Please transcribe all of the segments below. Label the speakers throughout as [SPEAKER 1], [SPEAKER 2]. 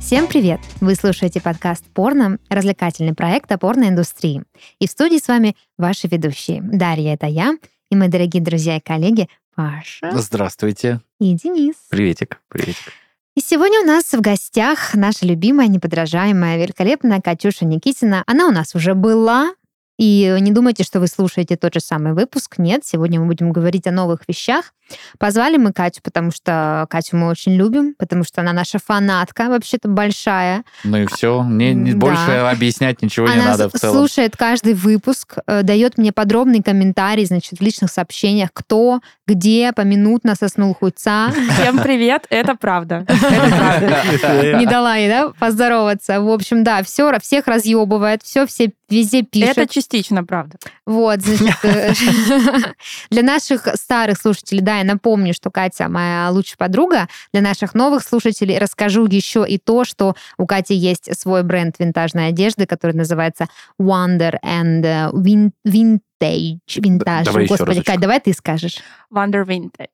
[SPEAKER 1] Всем привет! Вы слушаете подкаст «Порно» — развлекательный проект о порноиндустрии. И в студии с вами ваши ведущие. Дарья — это я, и мои дорогие друзья и коллеги Паша
[SPEAKER 2] Здравствуйте.
[SPEAKER 1] и Денис.
[SPEAKER 2] Приветик. Приветик.
[SPEAKER 1] И сегодня у нас в гостях наша любимая, неподражаемая, великолепная Катюша Никитина. Она у нас уже была, и не думайте, что вы слушаете тот же самый выпуск. Нет, сегодня мы будем говорить о новых вещах. Позвали мы Катю, потому что Катю мы очень любим, потому что она наша фанатка, вообще-то большая.
[SPEAKER 2] Ну и все. Мне не-
[SPEAKER 1] Да.
[SPEAKER 2] больше объяснять ничего не
[SPEAKER 1] Она
[SPEAKER 2] надо в
[SPEAKER 1] с-
[SPEAKER 2] целом.
[SPEAKER 1] слушает каждый выпуск, э, дает мне подробный комментарий, значит, в личных сообщениях, кто, где, поминутно соснул хуйца.
[SPEAKER 3] Всем привет, это правда. Это правда.
[SPEAKER 1] Не дала ей, да, поздороваться. В общем, да, все, всех разъебывает, все, все везде пишет.
[SPEAKER 3] Это частично правда.
[SPEAKER 1] Вот, значит, э, для наших старых слушателей, да, я напомню, что Катя моя лучшая подруга, для наших новых слушателей расскажу еще и то, что у Кати есть свой бренд винтажной одежды, который называется Wonder and э, Vin- Vintage. Винтаж.
[SPEAKER 2] давай еще
[SPEAKER 1] Господи,
[SPEAKER 2] разочек.
[SPEAKER 1] Кать, давай ты скажешь.
[SPEAKER 3] Wonder Vintage.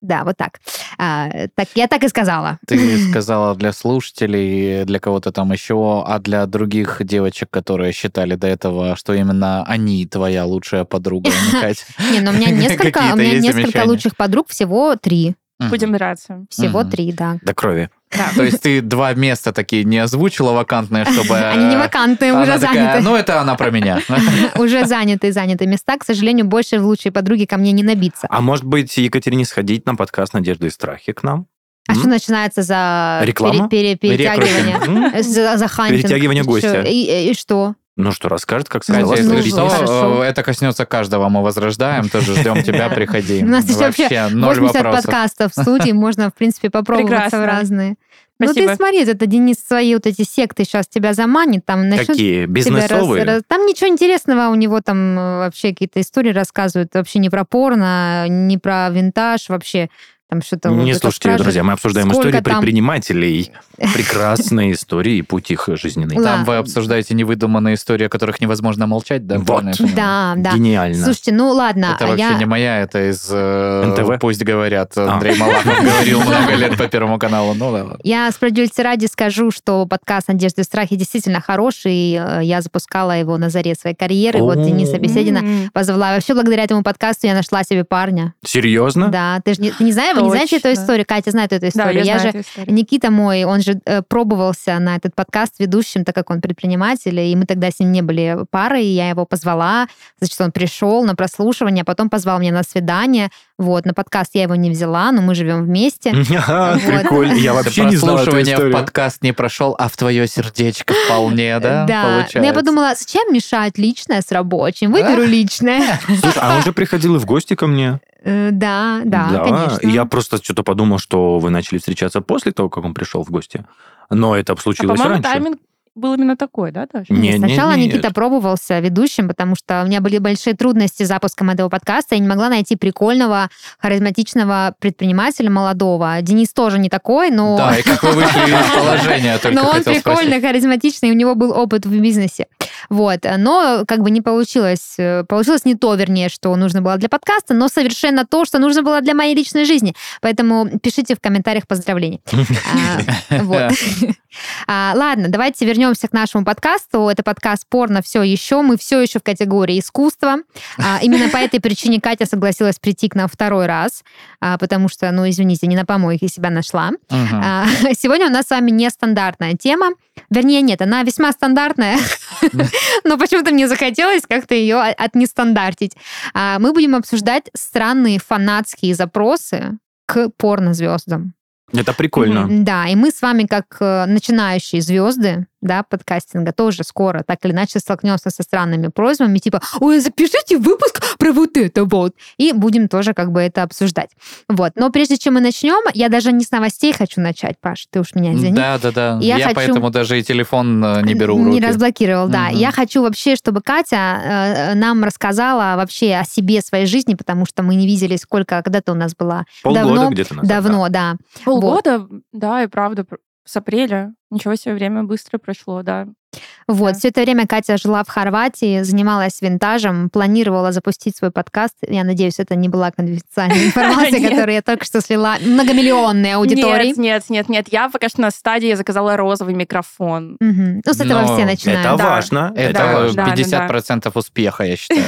[SPEAKER 1] Да, вот так. А, так я так и сказала.
[SPEAKER 2] Ты сказала для слушателей, для кого-то там еще, а для других девочек, которые считали до этого, что именно они твоя лучшая подруга, а не Кать.
[SPEAKER 1] Не, но у меня несколько, у
[SPEAKER 2] Какие-то
[SPEAKER 1] меня
[SPEAKER 2] есть
[SPEAKER 1] несколько
[SPEAKER 2] замечания?
[SPEAKER 1] лучших подруг, всего три.
[SPEAKER 2] Мгм.
[SPEAKER 3] Будем драться.
[SPEAKER 1] Всего
[SPEAKER 2] Мгм.
[SPEAKER 1] три, да.
[SPEAKER 2] До крови.
[SPEAKER 3] Да.
[SPEAKER 2] То есть ты два места такие не озвучила вакантные, чтобы...
[SPEAKER 1] Они не
[SPEAKER 2] э,
[SPEAKER 1] вакантные,
[SPEAKER 2] она
[SPEAKER 1] уже
[SPEAKER 2] такая,
[SPEAKER 1] заняты.
[SPEAKER 2] Ну, это она про меня.
[SPEAKER 1] Уже заняты, заняты места. К сожалению, больше в лучшие подруги ко мне не набиться.
[SPEAKER 4] А может быть, Екатерине сходить на подкаст «Надежды и страхи» к нам?
[SPEAKER 1] А
[SPEAKER 4] М?
[SPEAKER 1] что начинается за
[SPEAKER 4] Реклама?
[SPEAKER 1] пере- пере- перетягивание?
[SPEAKER 4] Рекрутинг.
[SPEAKER 1] Э, За, за хантинг.
[SPEAKER 4] Перетягивание гостя.
[SPEAKER 1] Что? И, и что?
[SPEAKER 4] Ну что, расскажет, как
[SPEAKER 2] Катя,
[SPEAKER 4] создалась
[SPEAKER 1] ну,
[SPEAKER 2] если
[SPEAKER 4] «Надежда и
[SPEAKER 1] жизнь.
[SPEAKER 2] что,
[SPEAKER 4] страхи»?
[SPEAKER 1] Хорошо.
[SPEAKER 2] э, это коснется каждого. Мы возрождаем, тоже ждем тебя, приходи.
[SPEAKER 1] У нас есть вообще 80 подкастов в студии, можно, в принципе, попробоваться
[SPEAKER 3] Прекрасно.
[SPEAKER 1] в разные. Ну ты
[SPEAKER 3] Спасибо.
[SPEAKER 1] смотри, это Денис свои вот эти секты сейчас тебя заманит, там начнет
[SPEAKER 4] Какие?
[SPEAKER 1] тебя раз-
[SPEAKER 4] Бизнесовые?
[SPEAKER 1] раз- Там ничего интересного, у него там э, вообще какие-то истории рассказывают, вообще не про порно, не про винтаж, вообще там что-то... вот
[SPEAKER 4] Не
[SPEAKER 1] это
[SPEAKER 4] слушайте ее,
[SPEAKER 1] скажет.
[SPEAKER 4] друзья. Мы обсуждаем
[SPEAKER 1] сколько
[SPEAKER 4] истории
[SPEAKER 1] там?
[SPEAKER 4] предпринимателей. Прекрасные истории и путь их жизненный.
[SPEAKER 1] Ла-
[SPEAKER 2] Там вы обсуждаете невыдуманные истории, о которых невозможно молчать, да?
[SPEAKER 4] Вот.
[SPEAKER 2] правильно я понимаю?
[SPEAKER 1] Да, да.
[SPEAKER 4] Гениально.
[SPEAKER 1] Слушайте, ну ладно,
[SPEAKER 2] Это
[SPEAKER 1] а
[SPEAKER 2] вообще
[SPEAKER 1] я...
[SPEAKER 2] не моя, это из э,
[SPEAKER 4] НТВ?
[SPEAKER 2] «Пусть говорят».
[SPEAKER 4] А.
[SPEAKER 2] Андрей Малахов говорил много лет по Первому каналу. Ну да, ладно.
[SPEAKER 1] Я справедливости ради скажу, что подкаст «Надежды и страхи» действительно хороший. и, э, Я запускала его на заре своей карьеры. Вот
[SPEAKER 4] О.
[SPEAKER 1] Дениса Беседина
[SPEAKER 3] М.
[SPEAKER 1] позвала. Вообще, благодаря этому подкасту я нашла себе парня.
[SPEAKER 2] Ну,
[SPEAKER 4] Серьезно?
[SPEAKER 1] Да, ты же не, ты не знаешь, вы не знаете эту
[SPEAKER 3] Точно.
[SPEAKER 1] историю? Катя знает эту
[SPEAKER 3] Да,
[SPEAKER 1] историю.
[SPEAKER 3] я знаю
[SPEAKER 1] же
[SPEAKER 3] эту историю. А,
[SPEAKER 1] Никита мой, он же э, пробовался на этот подкаст ведущим, так как он предприниматель, и мы тогда с ним не были парой, и я его позвала, значит, он пришел на прослушивание, а потом позвал меня на свидание, вот, на подкаст я его не взяла, но мы живем вместе.
[SPEAKER 4] Ага,
[SPEAKER 1] Вот.
[SPEAKER 4] Прикольно. Я вообще не знал эту
[SPEAKER 2] Прослушивание в
[SPEAKER 4] историю.
[SPEAKER 2] подкаст не прошел, а в твое сердечко вполне, Э, да,
[SPEAKER 1] Но ну, я
[SPEAKER 2] получается?
[SPEAKER 1] подумала, зачем мешать личное с рабочим? Выберу личное.
[SPEAKER 4] Слушай, а он же приходил и в гости ко мне.
[SPEAKER 1] Э, Да, да, конечно.
[SPEAKER 4] Я просто что-то подумал, что вы начали встречаться после того, как он пришел в гости. Но это
[SPEAKER 3] А,
[SPEAKER 4] случилось
[SPEAKER 3] по-моему,
[SPEAKER 4] раньше.
[SPEAKER 3] тайминг был именно такой, да, Даша?
[SPEAKER 4] Не, не,
[SPEAKER 1] Сначала
[SPEAKER 4] не,
[SPEAKER 1] Никита пробовался ведущим, потому что у меня были большие трудности с запуском этого подкаста. Я не могла найти прикольного, харизматичного предпринимателя молодого. Денис тоже не такой, но...
[SPEAKER 2] Да, и как вы вышли из положения, только
[SPEAKER 1] Но ну, он
[SPEAKER 2] хотел спросить.
[SPEAKER 1] прикольный, харизматичный, у него был опыт в бизнесе. Вот. Но как бы не получилось. э, Получилось не то, вернее, что нужно было для подкаста, но совершенно то, что нужно было для моей личной жизни. Поэтому пишите в комментариях поздравления. А, вот. А, Ладно, давайте вернемся к нашему подкасту. Это подкаст «Порно. Все еще». Мы все еще в категории искусства. А, Именно по этой причине Катя согласилась прийти к нам второй раз, а, потому что, ну, извините, не на помойке себя нашла.
[SPEAKER 2] Мгм.
[SPEAKER 1] А, Сегодня у нас с вами нестандартная тема. Вернее, нет, она весьма стандартная, но почему-то мне захотелось как-то ее о- отнестандартить. А, Мы будем обсуждать странные фанатские запросы к порнозвездам.
[SPEAKER 4] Это прикольно.
[SPEAKER 1] Да, и мы с вами, как э, начинающие звезды, да, подкастинга, тоже скоро так или иначе столкнемся со странными просьбами, типа, ой, запишите выпуск про вот это вот, и будем тоже как бы это обсуждать. Вот, но прежде чем мы начнем, я даже не с новостей хочу начать, Паш, ты уж меня извини.
[SPEAKER 2] Да, да, да.
[SPEAKER 1] Я
[SPEAKER 2] Я,
[SPEAKER 1] хочу-
[SPEAKER 2] поэтому даже и телефон э, не беру в руки.
[SPEAKER 1] Не разблокировал, да.
[SPEAKER 2] Мгм.
[SPEAKER 1] Я хочу вообще, чтобы Катя э, нам рассказала вообще о себе, своей жизни, потому что мы не виделись сколько когда-то у нас была.
[SPEAKER 4] Полгода
[SPEAKER 1] Давно-
[SPEAKER 4] где-то назад.
[SPEAKER 1] Давно, да.
[SPEAKER 3] Полгода, да, и правда, пр- С апреля. Ничего себе, время быстро прошло, да.
[SPEAKER 1] Вот,
[SPEAKER 3] Да.
[SPEAKER 1] все это время Катя жила в Хорватии, занималась винтажем, планировала запустить свой подкаст. Я надеюсь, это не была конфиденциальная информация,
[SPEAKER 3] Нет.
[SPEAKER 1] которую я только что слила многомиллионной аудитории.
[SPEAKER 3] Нет, нет, нет, нет. Я пока что на стадии я заказала розовый микрофон.
[SPEAKER 1] Мгм. Ну, с этого
[SPEAKER 4] Но
[SPEAKER 1] все начинают.
[SPEAKER 4] Это
[SPEAKER 3] Да.
[SPEAKER 4] важно.
[SPEAKER 2] Это
[SPEAKER 3] Да,
[SPEAKER 2] э,
[SPEAKER 3] да, да,
[SPEAKER 2] 50% успеха, я считаю.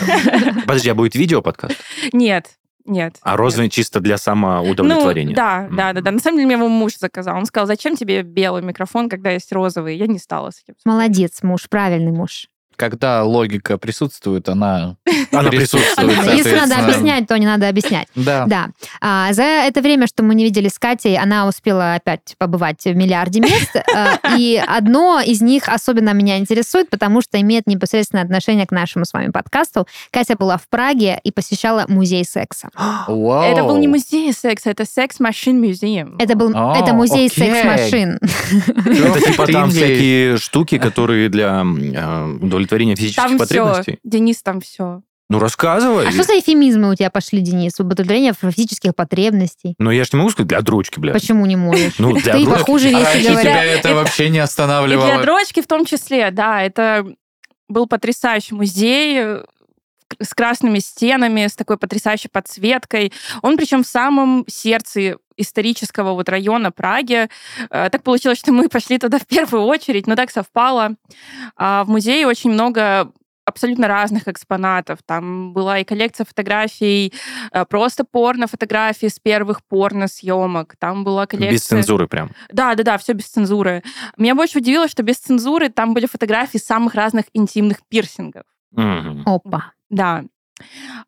[SPEAKER 4] Подожди, а будет видео-подкаст?
[SPEAKER 3] Нет, нет.
[SPEAKER 4] А розовый чисто для
[SPEAKER 3] Ну,
[SPEAKER 4] самоудовлетворения?
[SPEAKER 3] да,
[SPEAKER 4] М.
[SPEAKER 3] да, да, да. На самом деле, мне его муж заказал. Он сказал, зачем тебе белый микрофон, когда есть розовый? Я не стала с этим.
[SPEAKER 1] Молодец, муж, правильный муж.
[SPEAKER 2] Когда логика присутствует, она
[SPEAKER 1] Да,
[SPEAKER 4] Она
[SPEAKER 2] Ну,
[SPEAKER 4] присутствует.
[SPEAKER 2] и,
[SPEAKER 1] Если надо
[SPEAKER 2] соответственно-
[SPEAKER 1] объяснять, то не надо объяснять.
[SPEAKER 2] да.
[SPEAKER 1] Да. А, за это время, что мы не видели с Катей, она успела опять побывать в миллиарде мест. э, И одно из них особенно меня интересует, потому что имеет непосредственное отношение к нашему с вами подкасту. Катя была в Праге и посещала музей секса.
[SPEAKER 2] Вау.
[SPEAKER 3] Это был не музей секса, это секс-машин-музей.
[SPEAKER 1] Это был
[SPEAKER 2] А,
[SPEAKER 1] это музей
[SPEAKER 2] окей.
[SPEAKER 1] секс-машин.
[SPEAKER 4] Это типа там
[SPEAKER 2] Охренеть.
[SPEAKER 4] всякие штуки, которые для э, удовлетворения физических
[SPEAKER 3] Там все.
[SPEAKER 4] потребностей.
[SPEAKER 3] Денис, там все.
[SPEAKER 4] Ну, рассказывай.
[SPEAKER 1] А что за эфемизмы у тебя пошли, Денис? Удовлетворение физических потребностей.
[SPEAKER 4] Ну, я же не могу сказать для дрочки, блядь.
[SPEAKER 1] Почему не можешь?
[SPEAKER 4] Ну, для
[SPEAKER 1] Ты
[SPEAKER 4] дрочки.
[SPEAKER 1] похуже
[SPEAKER 2] А
[SPEAKER 1] вещи
[SPEAKER 2] раньше
[SPEAKER 1] говорят.
[SPEAKER 2] тебя это вообще не
[SPEAKER 3] И для
[SPEAKER 2] останавливало.
[SPEAKER 3] дрочки в том числе, да, это был потрясающий музей э, с красными стенами, с такой потрясающей подсветкой. Он причем в самом сердце исторического вот района Праги. Э, Так получилось, что мы пошли туда в первую очередь, но так совпало. А В музее очень много абсолютно разных экспонатов. Там была и коллекция фотографий, э, просто порно-фотографии с первых порно-съемок. Там была коллекция...
[SPEAKER 4] Без цензуры прям.
[SPEAKER 3] Да, да, да, все без цензуры. Меня больше удивило, что без цензуры там были фотографии самых разных интимных пирсингов.
[SPEAKER 4] Мгм.
[SPEAKER 1] Опа.
[SPEAKER 3] Да.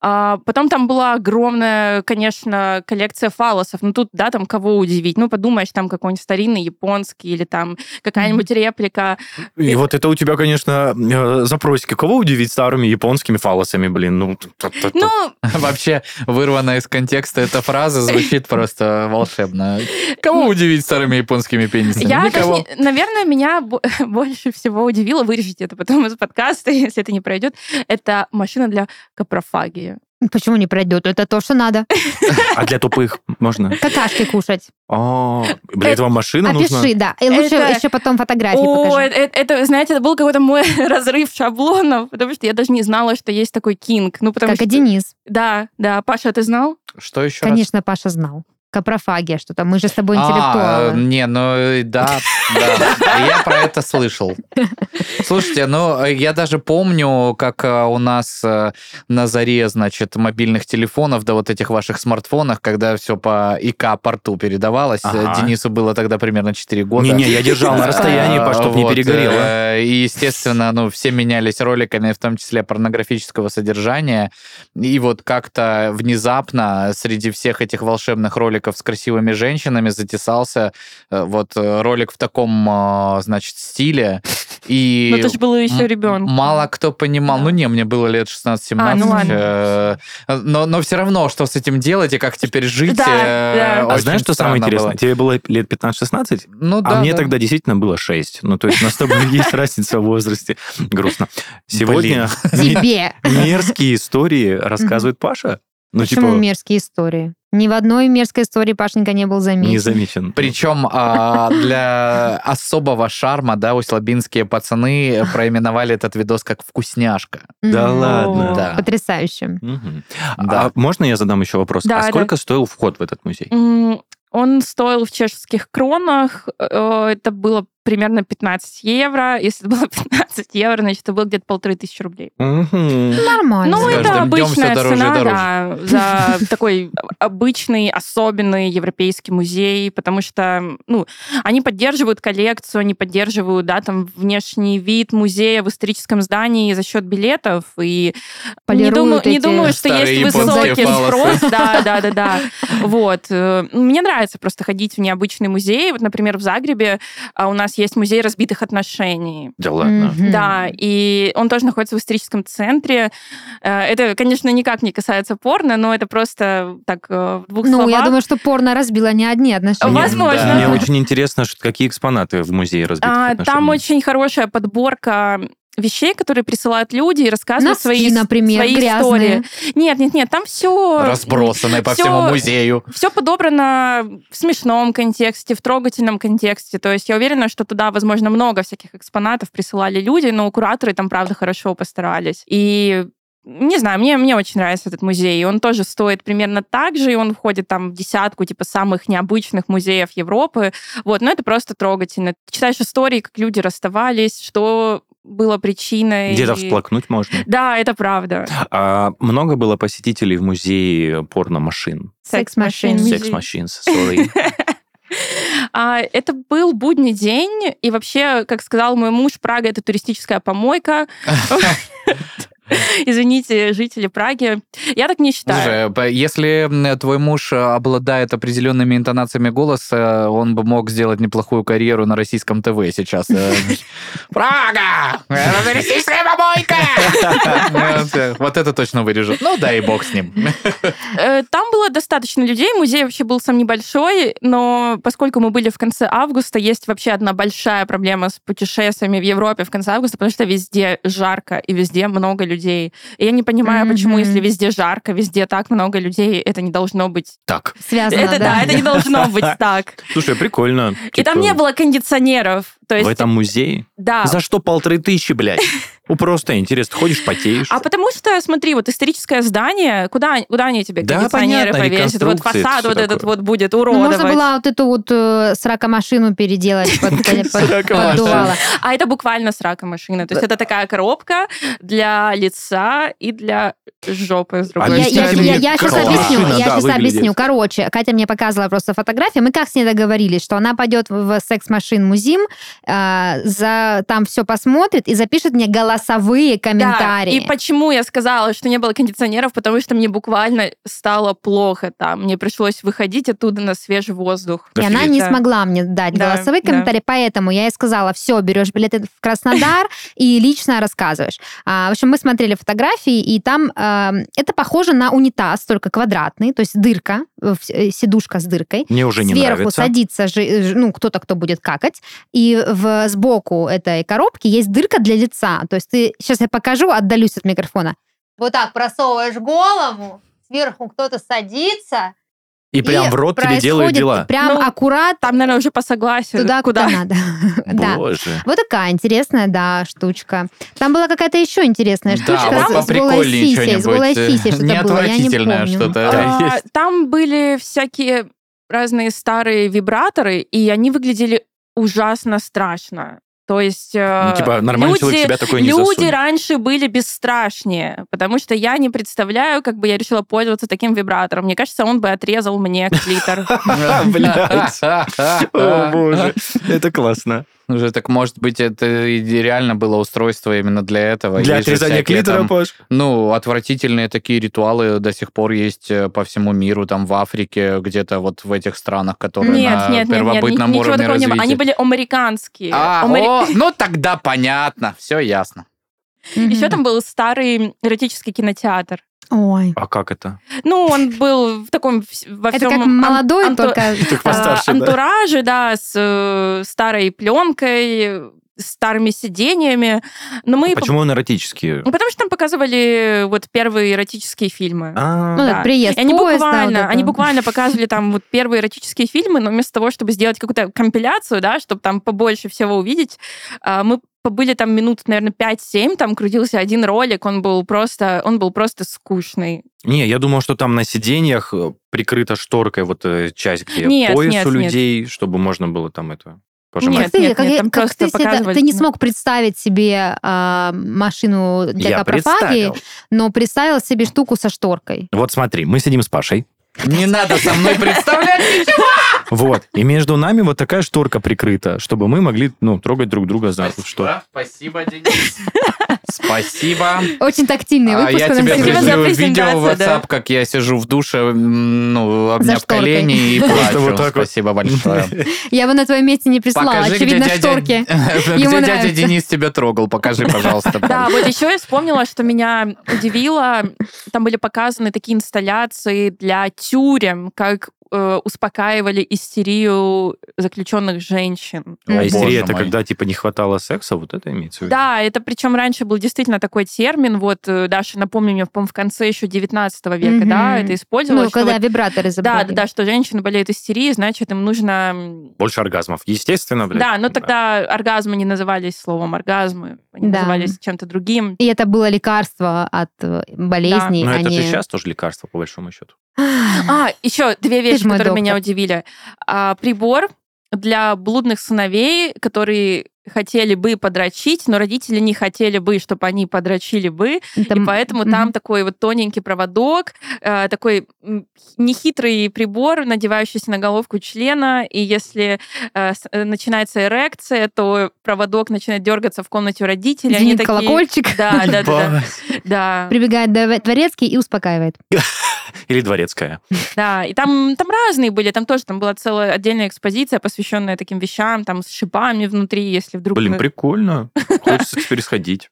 [SPEAKER 3] А, потом там была огромная, конечно, коллекция фалосов. Ну тут, да, там кого удивить. Ну подумаешь, там какой-нибудь старинный японский или там какая-нибудь реплика.
[SPEAKER 4] И вот это у тебя, конечно, э, запросики. Кого удивить старыми японскими фалосами, блин? Ну, т-т-т-т.
[SPEAKER 3] Ну,
[SPEAKER 2] Вообще, вырванная из контекста эта фраза звучит просто волшебно. Кого удивить старыми японскими пенисами?
[SPEAKER 3] я,
[SPEAKER 2] Никого.
[SPEAKER 3] точнее, наверное, меня бо- больше всего удивило, вырежите это потом из подкаста, если это не пройдет, это машина для капрофагии.
[SPEAKER 1] Почему не пройдет? Это то, что надо.
[SPEAKER 4] а для тупых можно?
[SPEAKER 1] Какашки кушать.
[SPEAKER 4] А, Для
[SPEAKER 3] Э,
[SPEAKER 4] этого машину нужно...
[SPEAKER 1] Опиши, да. И лучше
[SPEAKER 3] Это-
[SPEAKER 1] еще потом фотографии
[SPEAKER 3] О,
[SPEAKER 1] покажи.
[SPEAKER 3] это, это, знаете, это был какой-то мой разрыв шаблонов, потому что я даже не знала, что есть такой кинг. Ну, потому
[SPEAKER 1] Как
[SPEAKER 3] что...
[SPEAKER 1] и Денис.
[SPEAKER 3] Да, да. Паша, ты знал?
[SPEAKER 2] Что еще раз?
[SPEAKER 1] Конечно, Паша знал. Капрофагия что-то. Мы же с тобой
[SPEAKER 2] А, э,
[SPEAKER 1] интеллектуалы.
[SPEAKER 2] не, ну э, да, да, я про это слышал. Слушайте, ну э, я даже помню, как э, у нас э, на заре, значит, мобильных телефонов, да вот этих ваших смартфонах, когда все по ИК порту передавалось, э,
[SPEAKER 4] Ага.
[SPEAKER 2] Денису было тогда примерно 4 года.
[SPEAKER 4] Не-не, я держал на расстоянии,
[SPEAKER 2] А,
[SPEAKER 4] по чтоб не
[SPEAKER 2] вот,
[SPEAKER 4] перегорело.
[SPEAKER 2] э, И, естественно, ну, все менялись роликами, в том числе порнографического содержания. И вот как-то внезапно среди всех этих волшебных роликов с красивыми женщинами затесался э, вот э, ролик в таком, э, значит, стиле. И
[SPEAKER 3] Но ты Ну, же был еще
[SPEAKER 2] М-
[SPEAKER 3] ребенком.
[SPEAKER 2] Мало кто понимал.
[SPEAKER 3] Да.
[SPEAKER 2] Ну, не, мне было лет 16-17.
[SPEAKER 3] А, ну ладно.
[SPEAKER 2] э, Но, но все равно, что с этим делать и как теперь жить.
[SPEAKER 3] Да,
[SPEAKER 2] э,
[SPEAKER 3] да. А
[SPEAKER 4] А
[SPEAKER 2] очень
[SPEAKER 4] знаешь, что самое
[SPEAKER 2] странно
[SPEAKER 4] интересное?
[SPEAKER 2] было.
[SPEAKER 4] Тебе было лет 15-16?
[SPEAKER 2] Ну,
[SPEAKER 4] А
[SPEAKER 2] да,
[SPEAKER 4] мне
[SPEAKER 2] да.
[SPEAKER 4] тогда действительно было 6. Ну, то есть у нас с тобой есть разница в возрасте. Грустно. Сегодня
[SPEAKER 1] Тебе.
[SPEAKER 4] ну, мерзкие истории рассказывает Паша. Ну,
[SPEAKER 1] Почему
[SPEAKER 4] типа,
[SPEAKER 1] мерзкие истории? Ни в одной мерзкой истории Пашенька не был
[SPEAKER 4] не
[SPEAKER 1] замечен.
[SPEAKER 4] замечен.
[SPEAKER 2] Причем а, для особого шарма, да, услабинские пацаны проименовали этот видос как «вкусняшка».
[SPEAKER 1] М, ну,
[SPEAKER 4] Да ладно.
[SPEAKER 3] О.
[SPEAKER 2] Да.
[SPEAKER 1] Потрясающе.
[SPEAKER 4] Мгм.
[SPEAKER 2] Да.
[SPEAKER 4] А можно я задам еще вопрос?
[SPEAKER 3] Да,
[SPEAKER 4] а
[SPEAKER 3] да.
[SPEAKER 4] сколько стоил вход в этот музей?
[SPEAKER 3] М, Он стоил в чешских кронах. э, Это было примерно 15 евро. Если это было 15 евро, значит, это было где-то полторы тысячи рублей.
[SPEAKER 4] Мгм.
[SPEAKER 1] Нормально.
[SPEAKER 3] Ну,
[SPEAKER 2] С
[SPEAKER 3] это
[SPEAKER 2] каждым днем
[SPEAKER 3] обычная
[SPEAKER 2] всё дороже и
[SPEAKER 3] цена, да, за такой обычный, особенный европейский музей, потому что, ну, они поддерживают коллекцию, они поддерживают, да, там, внешний вид музея в историческом здании за счет билетов, и не
[SPEAKER 1] Полируют
[SPEAKER 3] думаю, не
[SPEAKER 1] эти
[SPEAKER 3] думаю, что
[SPEAKER 2] Старые
[SPEAKER 3] есть
[SPEAKER 2] японские
[SPEAKER 3] высокий
[SPEAKER 2] фалосы.
[SPEAKER 3] спрос, да, да, да, да, вот. Э, Мне нравится просто ходить в необычный музей, вот, например, в Загребе а, у нас есть музей разбитых отношений,
[SPEAKER 4] Да ладно.
[SPEAKER 1] Мгм.
[SPEAKER 3] да, и он тоже находится в историческом центре. Э, Это, конечно, никак не касается порно, но это просто так э, в двух
[SPEAKER 1] Ну,
[SPEAKER 3] словах.
[SPEAKER 1] я думаю, что порно разбило не одни отношения.
[SPEAKER 4] Мне-
[SPEAKER 3] а, Возможно.
[SPEAKER 4] Мне очень интересно, ш- какие экспонаты в музее разбиты.
[SPEAKER 3] А, Там очень хорошая подборка вещей, которые присылают люди и рассказывают
[SPEAKER 1] Носки,
[SPEAKER 3] свои, ис-
[SPEAKER 1] например,
[SPEAKER 3] свои
[SPEAKER 1] грязные.
[SPEAKER 3] истории. Нет, нет, нет, там все...
[SPEAKER 2] Разбросанные по
[SPEAKER 3] всё-
[SPEAKER 2] всему музею.
[SPEAKER 3] Все подобрано в смешном контексте, в трогательном контексте. То есть я уверена, что туда, возможно, много всяких экспонатов присылали люди, но кураторы там, правда, хорошо постарались. И не знаю, мне, мне очень нравится этот музей. И Он тоже стоит примерно так же, и он входит там в десятку типа самых необычных музеев Европы. Вот, но это просто трогательно. Ты читаешь истории, как люди расставались, что было причиной.
[SPEAKER 4] Где-то
[SPEAKER 3] И-
[SPEAKER 4] всплакнуть можно.
[SPEAKER 3] Да, это правда.
[SPEAKER 4] А много было посетителей в музее порномашин?
[SPEAKER 1] Секс-машин.
[SPEAKER 3] Секс-машин. Музей.
[SPEAKER 4] Секс-машин, sorry.
[SPEAKER 3] А, это был будний день, и вообще, как сказал мой муж, Прага — это туристическая помойка. Извините, жители Праги. Я так не считаю.
[SPEAKER 2] Слушай, п- если м, твой муж э, обладает определенными интонациями голоса, он бы мог сделать неплохую карьеру на российском ТВ сейчас. э. Прага! Это туристическая помойка! Вот, э, Вот это точно вырежут. Ну да, и бог с ним.
[SPEAKER 3] Э, Там было достаточно людей, музей вообще был сам небольшой, но поскольку мы были в конце августа, есть вообще одна большая проблема с путешествиями в Европе в конце августа, потому что везде жарко и везде много людей. И я не понимаю, почему,
[SPEAKER 1] Мгм.
[SPEAKER 3] если везде жарко, везде так много людей, это не должно быть.
[SPEAKER 4] Так.
[SPEAKER 1] Связано,
[SPEAKER 3] Это да, это не должно быть так.
[SPEAKER 4] Слушай, прикольно.
[SPEAKER 3] И там
[SPEAKER 4] Типа,
[SPEAKER 3] не было кондиционеров. То есть, А.
[SPEAKER 4] В этом музее?
[SPEAKER 3] да.
[SPEAKER 4] За что полторы тысячи, блядь? Ну, просто интересно, ходишь, потеешь.
[SPEAKER 3] А потому что, смотри, вот историческое здание, куда, они- куда они тебе
[SPEAKER 4] Да,
[SPEAKER 3] кондиционеры
[SPEAKER 4] понятно,
[SPEAKER 3] повесят? Вот
[SPEAKER 4] реконструкции, это
[SPEAKER 3] фасад
[SPEAKER 4] всё
[SPEAKER 3] вот этот
[SPEAKER 4] такое.
[SPEAKER 3] вот будет
[SPEAKER 1] Ну,
[SPEAKER 3] уродовать.
[SPEAKER 1] можно было вот эту вот э, сракомашину переделать под, под- под
[SPEAKER 2] Сракомашину.
[SPEAKER 1] дуало.
[SPEAKER 3] А это буквально срака машина. То есть это такая коробка для лица и для жопы с другой
[SPEAKER 1] Я,
[SPEAKER 4] Объясни
[SPEAKER 1] я-
[SPEAKER 3] стороны.
[SPEAKER 4] Объясняйте
[SPEAKER 1] я- я
[SPEAKER 4] мне, как
[SPEAKER 1] сейчас
[SPEAKER 4] эта
[SPEAKER 1] объясню.
[SPEAKER 4] машина,
[SPEAKER 1] я
[SPEAKER 4] да,
[SPEAKER 1] сейчас
[SPEAKER 4] выглядит.
[SPEAKER 1] объясню. Короче, Катя мне показывала просто фотографии. Мы как с ней договорились, что она пойдет в секс-машин музим, а, за, там все посмотрит и запишет мне голосовые
[SPEAKER 3] Да,
[SPEAKER 1] комментарии.
[SPEAKER 3] и почему я сказала, что не было кондиционеров, потому что мне буквально стало плохо там. Мне пришлось выходить оттуда на свежий воздух.
[SPEAKER 1] И она
[SPEAKER 4] Офигеть.
[SPEAKER 1] не
[SPEAKER 3] Да.
[SPEAKER 1] смогла мне дать
[SPEAKER 3] Да,
[SPEAKER 1] голосовые
[SPEAKER 3] да.
[SPEAKER 1] комментарии, поэтому я ей сказала, все, берешь билеты в Краснодар и лично рассказываешь. А, в общем, мы смотрели фотографии, и там эм, это похоже на унитаз, только квадратный, то есть дырка, э, в- э, сидушка с дыркой.
[SPEAKER 4] Мне уже не
[SPEAKER 1] Сверху
[SPEAKER 4] нравится.
[SPEAKER 1] садится, жи- ж- ну, кто-то, кто будет какать, и в, сбоку этой коробки есть дырка для лица. То есть ты, сейчас я покажу, отдалюсь от микрофона. Вот так просовываешь голову, сверху кто-то садится,
[SPEAKER 4] И прям в рот тебе делают
[SPEAKER 1] происходит
[SPEAKER 4] дела.
[SPEAKER 1] Прям
[SPEAKER 3] Ну,
[SPEAKER 1] аккуратно
[SPEAKER 3] Там, наверное, уже по согласию.
[SPEAKER 1] туда, куда,
[SPEAKER 3] куда?
[SPEAKER 1] надо. Да.
[SPEAKER 4] Боже.
[SPEAKER 1] Вот такая интересная, да, штучка. Там была какая-то еще интересная штучка
[SPEAKER 2] Да, вот
[SPEAKER 1] с голой
[SPEAKER 2] поприкольнее
[SPEAKER 1] сисей, с голой сисей
[SPEAKER 2] что-нибудь. э,
[SPEAKER 1] что-то было, я не
[SPEAKER 2] Неотвратительное
[SPEAKER 1] помню.
[SPEAKER 2] что-то.
[SPEAKER 3] А,
[SPEAKER 2] Да, есть.
[SPEAKER 3] Там были всякие разные старые вибраторы, и они выглядели ужасно страшно. То есть э,
[SPEAKER 4] Ну, типа, нормальный
[SPEAKER 3] люди,
[SPEAKER 4] человек тебя такое не
[SPEAKER 3] люди
[SPEAKER 4] засунет.
[SPEAKER 3] раньше были бесстрашнее, потому что я не представляю, как бы я решила пользоваться таким вибратором. Мне кажется, он бы отрезал мне клитор.
[SPEAKER 4] Блядь. О, боже. Это классно.
[SPEAKER 2] Уже так, может быть, это и реально было устройство именно для этого.
[SPEAKER 4] Для
[SPEAKER 2] Есть же
[SPEAKER 4] отрезания
[SPEAKER 2] всякие
[SPEAKER 4] клитора,
[SPEAKER 2] там,
[SPEAKER 4] Паш.
[SPEAKER 2] Ну, отвратительные такие ритуалы до сих пор есть э, по всему миру, там в Африке, где-то вот в этих странах, которые
[SPEAKER 3] Нет,
[SPEAKER 2] на
[SPEAKER 3] нет, нет, нет, ни-
[SPEAKER 2] первобытном
[SPEAKER 3] ничего
[SPEAKER 2] уровне
[SPEAKER 3] такого не было.
[SPEAKER 2] развития.
[SPEAKER 3] Они были американские.
[SPEAKER 2] А,
[SPEAKER 3] Амери-
[SPEAKER 2] о, ну тогда понятно, все ясно.
[SPEAKER 1] Мгм.
[SPEAKER 3] Еще там был старый эротический кинотеатр.
[SPEAKER 1] Ой.
[SPEAKER 4] А как это?
[SPEAKER 3] Ну, он был в таком вс- во
[SPEAKER 1] Это
[SPEAKER 3] всем
[SPEAKER 1] как
[SPEAKER 3] ан-
[SPEAKER 1] молодой,
[SPEAKER 3] анто-
[SPEAKER 1] только...
[SPEAKER 4] Так
[SPEAKER 3] а,
[SPEAKER 4] постарше, да.
[SPEAKER 3] антуражи, да, с э, старой пленкой, старыми сидениями. Но мы...
[SPEAKER 4] А Почему он эротический?
[SPEAKER 3] Ну, Потому что там показывали э, вот первые эротические фильмы.
[SPEAKER 1] Ну,
[SPEAKER 4] А,
[SPEAKER 1] да, приезд
[SPEAKER 3] И они
[SPEAKER 1] поезда, вот
[SPEAKER 3] буквально,
[SPEAKER 1] это.
[SPEAKER 3] они буквально показывали там вот первые эротические фильмы, но вместо того, чтобы сделать какую-то компиляцию, да, чтобы там побольше всего увидеть, а, мы побыли там минут, наверное, 5-7, там крутился один ролик, он был просто, он был просто скучный.
[SPEAKER 4] Не, я думал, что там на сиденьях э, прикрыта шторкой вот э, часть, где
[SPEAKER 3] Нет,
[SPEAKER 4] пояс
[SPEAKER 3] нет,
[SPEAKER 4] у
[SPEAKER 3] нет.
[SPEAKER 4] людей, чтобы можно было там это
[SPEAKER 1] Как
[SPEAKER 4] пожимать.
[SPEAKER 3] Нет,
[SPEAKER 1] ты,
[SPEAKER 3] нет,
[SPEAKER 1] как
[SPEAKER 3] нет,
[SPEAKER 1] я-
[SPEAKER 3] там
[SPEAKER 1] как
[SPEAKER 3] просто
[SPEAKER 1] ты, себе-
[SPEAKER 3] показывали.
[SPEAKER 1] ты не смог представить себе а, машину для
[SPEAKER 4] Я
[SPEAKER 1] капрофагии,
[SPEAKER 4] представил.
[SPEAKER 1] но представил себе штуку со шторкой.
[SPEAKER 4] Вот смотри, мы сидим с Пашей,
[SPEAKER 2] Не надо со мной представлять.
[SPEAKER 4] вот, и между нами вот такая шторка прикрыта, чтобы мы могли, ну, трогать друг друга за что.
[SPEAKER 2] Спасибо, Спасибо, Денис. Спасибо.
[SPEAKER 1] Очень тактильный
[SPEAKER 2] А
[SPEAKER 1] выпуск.
[SPEAKER 2] я
[SPEAKER 1] у нас
[SPEAKER 2] тебе
[SPEAKER 1] сегодня.
[SPEAKER 3] Спасибо за
[SPEAKER 2] пришлю видео в
[SPEAKER 3] презентацию, да.
[SPEAKER 2] WhatsApp, как я сижу в душе, м, ну,
[SPEAKER 1] За
[SPEAKER 2] обняв
[SPEAKER 1] шторкой.
[SPEAKER 2] колени и
[SPEAKER 4] Просто вот
[SPEAKER 2] плачу.
[SPEAKER 4] так вот.
[SPEAKER 2] Спасибо большое.
[SPEAKER 1] Я бы на твоем месте не прислала.
[SPEAKER 2] Покажи, где
[SPEAKER 1] Очевидно,
[SPEAKER 2] дядя
[SPEAKER 1] шторки.
[SPEAKER 2] где
[SPEAKER 1] Ему
[SPEAKER 2] дядя
[SPEAKER 1] нравится.
[SPEAKER 2] Денис тебя трогал. Покажи, пожалуйста.
[SPEAKER 3] Да, вот еще я вспомнила, что меня удивило. Там были показаны такие инсталляции для тюрем, как э, успокаивали истерию заключенных женщин.
[SPEAKER 1] М.
[SPEAKER 4] А
[SPEAKER 1] О,
[SPEAKER 4] истерия
[SPEAKER 2] боже
[SPEAKER 4] это
[SPEAKER 2] мой.
[SPEAKER 4] когда типа не хватало секса, вот это имеется в виду?
[SPEAKER 3] Да, это причем раньше был действительно такой термин. Вот, э, Даша, напомню мне, по-моему, в конце еще 19 века,
[SPEAKER 1] Мгм.
[SPEAKER 3] да, это использовалось.
[SPEAKER 1] Ну,
[SPEAKER 3] что
[SPEAKER 1] когда
[SPEAKER 3] вот-
[SPEAKER 1] вибраторы
[SPEAKER 3] да,
[SPEAKER 1] забрали.
[SPEAKER 3] да, да, что женщины болеют истерией, значит, им нужно... м,
[SPEAKER 4] Больше оргазмов, естественно, Ну, блядь.
[SPEAKER 3] Да, но тогда оргазмы не назывались словом оргазмы, они
[SPEAKER 1] Да.
[SPEAKER 3] назывались чем-то другим.
[SPEAKER 1] И это было лекарство от э, болезней,
[SPEAKER 4] Но
[SPEAKER 1] а
[SPEAKER 4] это
[SPEAKER 1] не-
[SPEAKER 4] же сейчас тоже лекарство, по большому счету.
[SPEAKER 3] А, еще две вещи,
[SPEAKER 1] ж мой
[SPEAKER 3] которые меня
[SPEAKER 1] доктор.
[SPEAKER 3] удивили. А, прибор для блудных сыновей, которые хотели бы подрочить, но родители не хотели бы, чтобы они подрочили бы,
[SPEAKER 1] Там-
[SPEAKER 3] и поэтому там
[SPEAKER 1] Мгм.
[SPEAKER 3] такой вот тоненький проводок, э, такой м, нехитрый прибор, надевающийся на головку члена, и если э, с- э, начинается эрекция, то проводок начинает дергаться в комнате у родителей. Они
[SPEAKER 1] Звенит
[SPEAKER 3] такие-
[SPEAKER 1] колокольчик,
[SPEAKER 3] Да, да, да, да, да.
[SPEAKER 1] прибегает дов- дворецкий и успокаивает.
[SPEAKER 4] Или дворецкая.
[SPEAKER 3] Да, и там, там разные были, там тоже там была целая отдельная экспозиция, посвященная таким вещам, там с шипами внутри, если вдруг...
[SPEAKER 4] Блин,
[SPEAKER 3] мы-
[SPEAKER 4] прикольно. Хочется теперь сходить.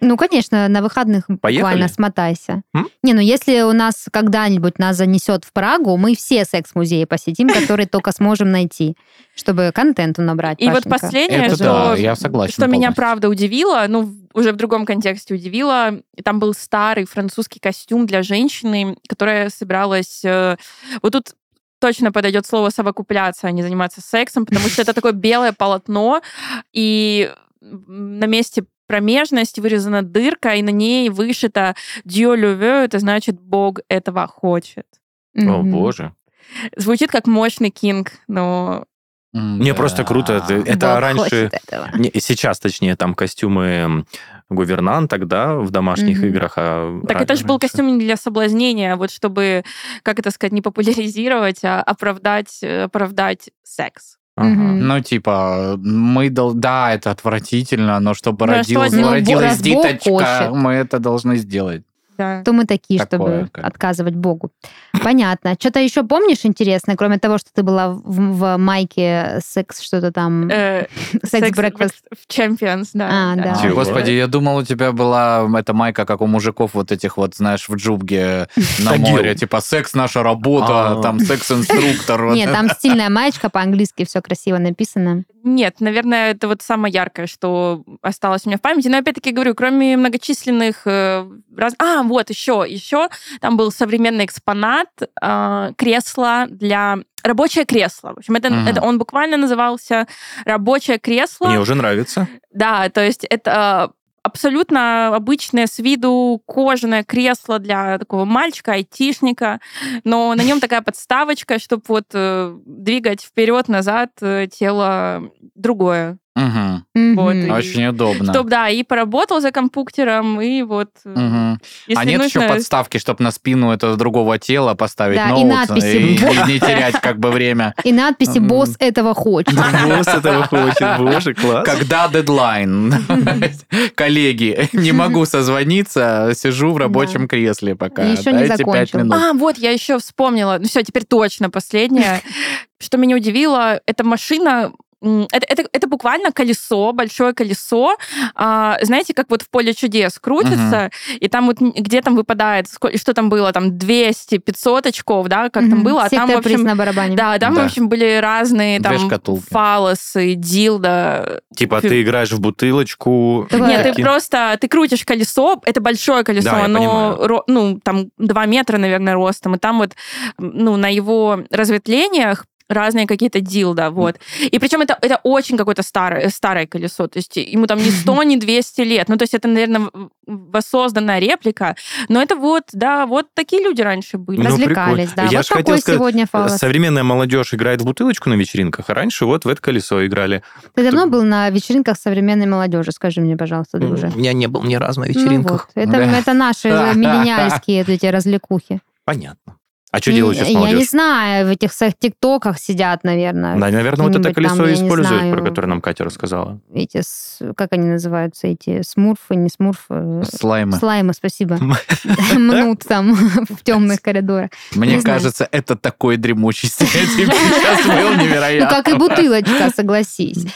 [SPEAKER 1] Ну, конечно, на выходных
[SPEAKER 4] Поехали?
[SPEAKER 1] буквально смотайся.
[SPEAKER 4] М?
[SPEAKER 1] Не, ну если у нас когда-нибудь нас занесет в Прагу, мы все секс-музеи посетим, которые только сможем найти, чтобы контенту набрать.
[SPEAKER 3] И вот
[SPEAKER 1] Пашенька.
[SPEAKER 3] последнее,
[SPEAKER 2] Это
[SPEAKER 3] что,
[SPEAKER 2] да, я согласен
[SPEAKER 3] что меня
[SPEAKER 2] полностью.
[SPEAKER 3] правда удивило, ну, в- уже в другом контексте удивило, там был старый французский костюм для женщины, которая собиралась... э, Вот тут точно подойдет слово совокупляться, а не заниматься сексом, потому что это такое белое полотно, и м, на месте промежности вырезана дырка, и на ней вышито «Dieu le veut», это значит «Бог этого хочет».
[SPEAKER 4] О,
[SPEAKER 1] Мгм.
[SPEAKER 4] боже.
[SPEAKER 3] Звучит как мощный кинг, но
[SPEAKER 2] М,
[SPEAKER 4] Мне
[SPEAKER 2] да.
[SPEAKER 4] просто круто. ты- Это
[SPEAKER 1] Бог
[SPEAKER 4] раньше...
[SPEAKER 1] хочет этого.
[SPEAKER 4] Не, сейчас, точнее, там костюмы м, гувернанток, да, в домашних
[SPEAKER 1] Мгм.
[SPEAKER 4] играх. а
[SPEAKER 3] Так это же был
[SPEAKER 4] раньше-
[SPEAKER 3] костюм не для соблазнения, а вот чтобы, как это сказать, не популяризировать, а оправдать, э, оправдать секс.
[SPEAKER 4] Ага.
[SPEAKER 1] Мгм.
[SPEAKER 2] Ну, типа, мы... дол- Да, это отвратительно, но чтобы
[SPEAKER 3] Ну, а
[SPEAKER 2] родилась,
[SPEAKER 3] что- ну,
[SPEAKER 2] родилась
[SPEAKER 1] раз Бог
[SPEAKER 2] диточка,
[SPEAKER 1] хочет.
[SPEAKER 2] мы это должны сделать.
[SPEAKER 3] Да.
[SPEAKER 1] Кто мы такие,
[SPEAKER 2] Такое,
[SPEAKER 1] чтобы
[SPEAKER 2] как-
[SPEAKER 1] отказывать Богу? Понятно. Что-то еще помнишь интересное, кроме того, что ты была в, в майке секс, что-то там,
[SPEAKER 3] Э,
[SPEAKER 1] секс-брекфаст?
[SPEAKER 3] в Champions, да.
[SPEAKER 1] А, да.
[SPEAKER 4] Чего?
[SPEAKER 2] Господи, я думал, у тебя была эта майка, как у мужиков вот этих вот, знаешь, в джубге на
[SPEAKER 4] Тагил.
[SPEAKER 2] море. Типа, секс наша работа,
[SPEAKER 4] А.
[SPEAKER 2] там, секс-инструктор. вот
[SPEAKER 1] Нет,
[SPEAKER 2] это.
[SPEAKER 1] там стильная маечка, по-английски все красиво написано.
[SPEAKER 3] Нет, наверное, это вот самое яркое, что осталось у меня в памяти. Но опять-таки говорю, кроме многочисленных э, раз- А, вот еще, еще там был современный экспонат э, кресло для рабочее кресло. В общем, это,
[SPEAKER 2] Мгм.
[SPEAKER 3] это он буквально назывался рабочее кресло.
[SPEAKER 4] Мне уже нравится.
[SPEAKER 3] Да, то есть это абсолютно обычное с виду кожаное кресло для такого мальчика, айтишника, но на нем такая подставочка, чтобы вот э, двигать вперед-назад э, тело другое.
[SPEAKER 1] а-
[SPEAKER 2] Мгм.
[SPEAKER 1] Мгм.
[SPEAKER 3] Вот,
[SPEAKER 4] А
[SPEAKER 3] и-
[SPEAKER 2] Очень удобно.
[SPEAKER 3] Чтоб, да, и поработал за компьютером, и вот... э,
[SPEAKER 2] Мгм.
[SPEAKER 3] если
[SPEAKER 2] а нет еще
[SPEAKER 3] нужно- э,
[SPEAKER 2] подставки, чтобы на спину этого другого тела поставить
[SPEAKER 1] Да, и
[SPEAKER 2] ноут
[SPEAKER 1] надписи.
[SPEAKER 2] и не, не терять как бы время.
[SPEAKER 1] И надписи
[SPEAKER 2] М.
[SPEAKER 1] «Босс этого хочет».
[SPEAKER 4] Босс этого хочет. Боже, класс.
[SPEAKER 2] Когда дедлайн? Коллеги, не могу созвониться, сижу в рабочем кресле пока.
[SPEAKER 1] Еще не
[SPEAKER 2] Дайте пять
[SPEAKER 1] закончил.
[SPEAKER 2] минут.
[SPEAKER 3] А, вот, я еще вспомнила. Ну все, теперь точно последнее. Что меня удивило, эта машина... м, Это, это, это буквально колесо, большое колесо. А, знаете, как вот в поле чудес крутится, и там вот н- где там выпадает, ско- что там было, там 200, 500 очков, да, как там
[SPEAKER 1] Мгм.
[SPEAKER 3] было, а
[SPEAKER 1] Сектор
[SPEAKER 3] там, в
[SPEAKER 1] приз
[SPEAKER 3] общем...
[SPEAKER 1] на барабане.
[SPEAKER 3] Да, там,
[SPEAKER 2] Да.
[SPEAKER 3] в общем, были разные
[SPEAKER 2] Две
[SPEAKER 3] там
[SPEAKER 2] шкатулки.
[SPEAKER 3] фалосы, дилда.
[SPEAKER 4] Типа ты играешь в бутылочку.
[SPEAKER 1] Давай.
[SPEAKER 3] Нет, ты
[SPEAKER 4] Такие-
[SPEAKER 3] просто, ты крутишь колесо, это большое колесо,
[SPEAKER 4] Да, я
[SPEAKER 3] оно,
[SPEAKER 4] понимаю.
[SPEAKER 3] ро- ну, там 2 метра, наверное, ростом, и там вот, ну, на его разветвлениях разные какие-то дилда, вот. И причем это, это очень какое-то старое, старое колесо, то есть ему там ни 100, ни 200 лет, ну, то есть это, наверное, в- воссозданная реплика, но это вот, да, вот такие люди раньше были.
[SPEAKER 4] Ну,
[SPEAKER 1] Развлекались,
[SPEAKER 4] прикольно.
[SPEAKER 1] да.
[SPEAKER 4] Я
[SPEAKER 1] вот
[SPEAKER 4] ж хотел
[SPEAKER 1] такой
[SPEAKER 4] сказать, э,
[SPEAKER 1] сегодня фалос.
[SPEAKER 4] Современная молодежь играет в бутылочку на вечеринках, а раньше вот в это колесо играли.
[SPEAKER 1] Ты давно был на вечеринках современной молодежи? Скажи мне, пожалуйста, друже.
[SPEAKER 4] Я не был ни разу на
[SPEAKER 1] Ну вот, это,
[SPEAKER 2] Да.
[SPEAKER 1] это наши миллениальские эти развлекухи.
[SPEAKER 4] Понятно. А что делают сейчас
[SPEAKER 1] Я- Я не
[SPEAKER 4] молодежь?
[SPEAKER 1] знаю, в этих всех тиктоках сидят, наверное.
[SPEAKER 4] Да, наверное, вот это
[SPEAKER 1] Какие-нибудь там,
[SPEAKER 4] колесо
[SPEAKER 1] я не
[SPEAKER 4] используют, про
[SPEAKER 1] знаю.
[SPEAKER 4] которое нам Катя рассказала.
[SPEAKER 1] Эти, с- как они называются, эти смурфы, не смурфы. э,
[SPEAKER 2] Слаймы.
[SPEAKER 1] Слаймы, спасибо. Мнут там в темных коридорах.
[SPEAKER 2] Мне
[SPEAKER 1] Не знаю.
[SPEAKER 2] кажется, это такой дремучий стереотип сейчас был
[SPEAKER 1] Ну,
[SPEAKER 2] невероятно.
[SPEAKER 1] как и бутылочка, согласись.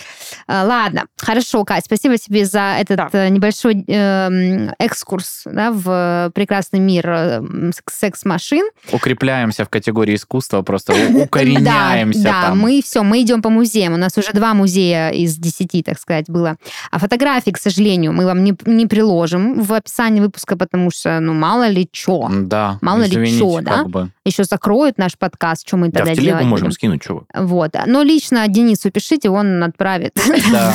[SPEAKER 1] А, Ладно, хорошо, Кать, спасибо тебе за этот
[SPEAKER 3] Да.
[SPEAKER 1] э, небольшой эм, экскурс да, в прекрасный мир э, м, секс- секс-машин.
[SPEAKER 2] Укрепляемся в категории искусства, просто у- укореняемся
[SPEAKER 1] да, да,
[SPEAKER 2] там.
[SPEAKER 1] мы все, мы идем по музеям. У нас уже два музея из десяти, так сказать, было. А фотографии, к сожалению, мы вам не, не приложим в описании выпуска, потому что, ну, мало ли что.
[SPEAKER 2] Да,
[SPEAKER 1] Мало ли
[SPEAKER 2] извините,
[SPEAKER 1] чё, да?
[SPEAKER 2] как бы.
[SPEAKER 1] Еще закроют наш подкаст, что мы
[SPEAKER 4] Да,
[SPEAKER 1] тогда
[SPEAKER 4] в
[SPEAKER 1] делать
[SPEAKER 4] телегу можем
[SPEAKER 1] будем.
[SPEAKER 4] скинуть, чувак.
[SPEAKER 1] Вот. Но лично Денису пишите, он отправит.
[SPEAKER 2] Да.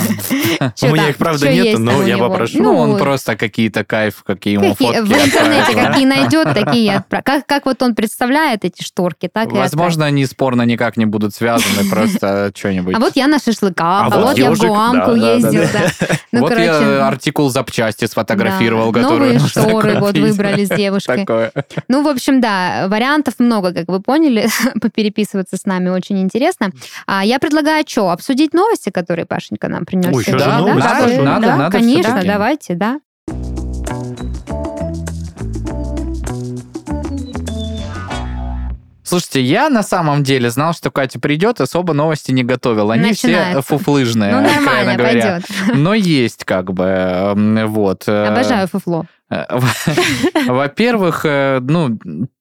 [SPEAKER 1] Чё
[SPEAKER 4] У меня
[SPEAKER 1] там,
[SPEAKER 4] их, правда,
[SPEAKER 1] чё
[SPEAKER 4] нету,
[SPEAKER 1] есть
[SPEAKER 4] но
[SPEAKER 1] там у
[SPEAKER 4] я
[SPEAKER 1] него.
[SPEAKER 4] попрошу.
[SPEAKER 2] Ну, он просто какие-то кайф, какие ему
[SPEAKER 1] Какие-
[SPEAKER 2] фотки
[SPEAKER 1] в интернете
[SPEAKER 2] отправил.
[SPEAKER 1] какие найдет, такие и отправ- Как, как вот он представляет эти шторки, так и отправит.
[SPEAKER 2] Возможно, они спорно никак не будут связаны, просто что-нибудь.
[SPEAKER 1] А вот я на шашлыках, а,
[SPEAKER 4] А
[SPEAKER 1] вот,
[SPEAKER 4] вот
[SPEAKER 1] я в
[SPEAKER 4] ежик,
[SPEAKER 1] Гуамку
[SPEAKER 4] да, да,
[SPEAKER 1] ездил.
[SPEAKER 4] да,
[SPEAKER 1] да. Ну,
[SPEAKER 2] Вот
[SPEAKER 1] короче,
[SPEAKER 2] я артикул запчасти сфотографировал,
[SPEAKER 1] да.
[SPEAKER 2] который
[SPEAKER 1] Новые шторы вот выбрали с девушкой.
[SPEAKER 2] Такое.
[SPEAKER 1] Ну, в общем, да, вариантов много, как вы поняли. Попереписываться с нами очень интересно. А я предлагаю что, обсудить новости, которые Пашенька нам принес?
[SPEAKER 4] Ой, ещё
[SPEAKER 1] сегодня?
[SPEAKER 4] же новости,
[SPEAKER 1] да,
[SPEAKER 4] тоже
[SPEAKER 2] надо,
[SPEAKER 1] да,
[SPEAKER 2] надо
[SPEAKER 1] конечно,
[SPEAKER 2] всё-таки.
[SPEAKER 1] давайте, да.
[SPEAKER 2] Слушайте, я на самом деле знал, что Катя придет, особо новости не готовил. Они все
[SPEAKER 1] Начинается.
[SPEAKER 2] фуфлыжные,
[SPEAKER 1] Ну,
[SPEAKER 2] откровенно
[SPEAKER 1] нормально,
[SPEAKER 2] говоря.
[SPEAKER 1] пойдет.
[SPEAKER 2] Но есть как бы, эм, вот. э,
[SPEAKER 1] Обожаю фуфло.
[SPEAKER 2] э, во- Во-первых, э, ну,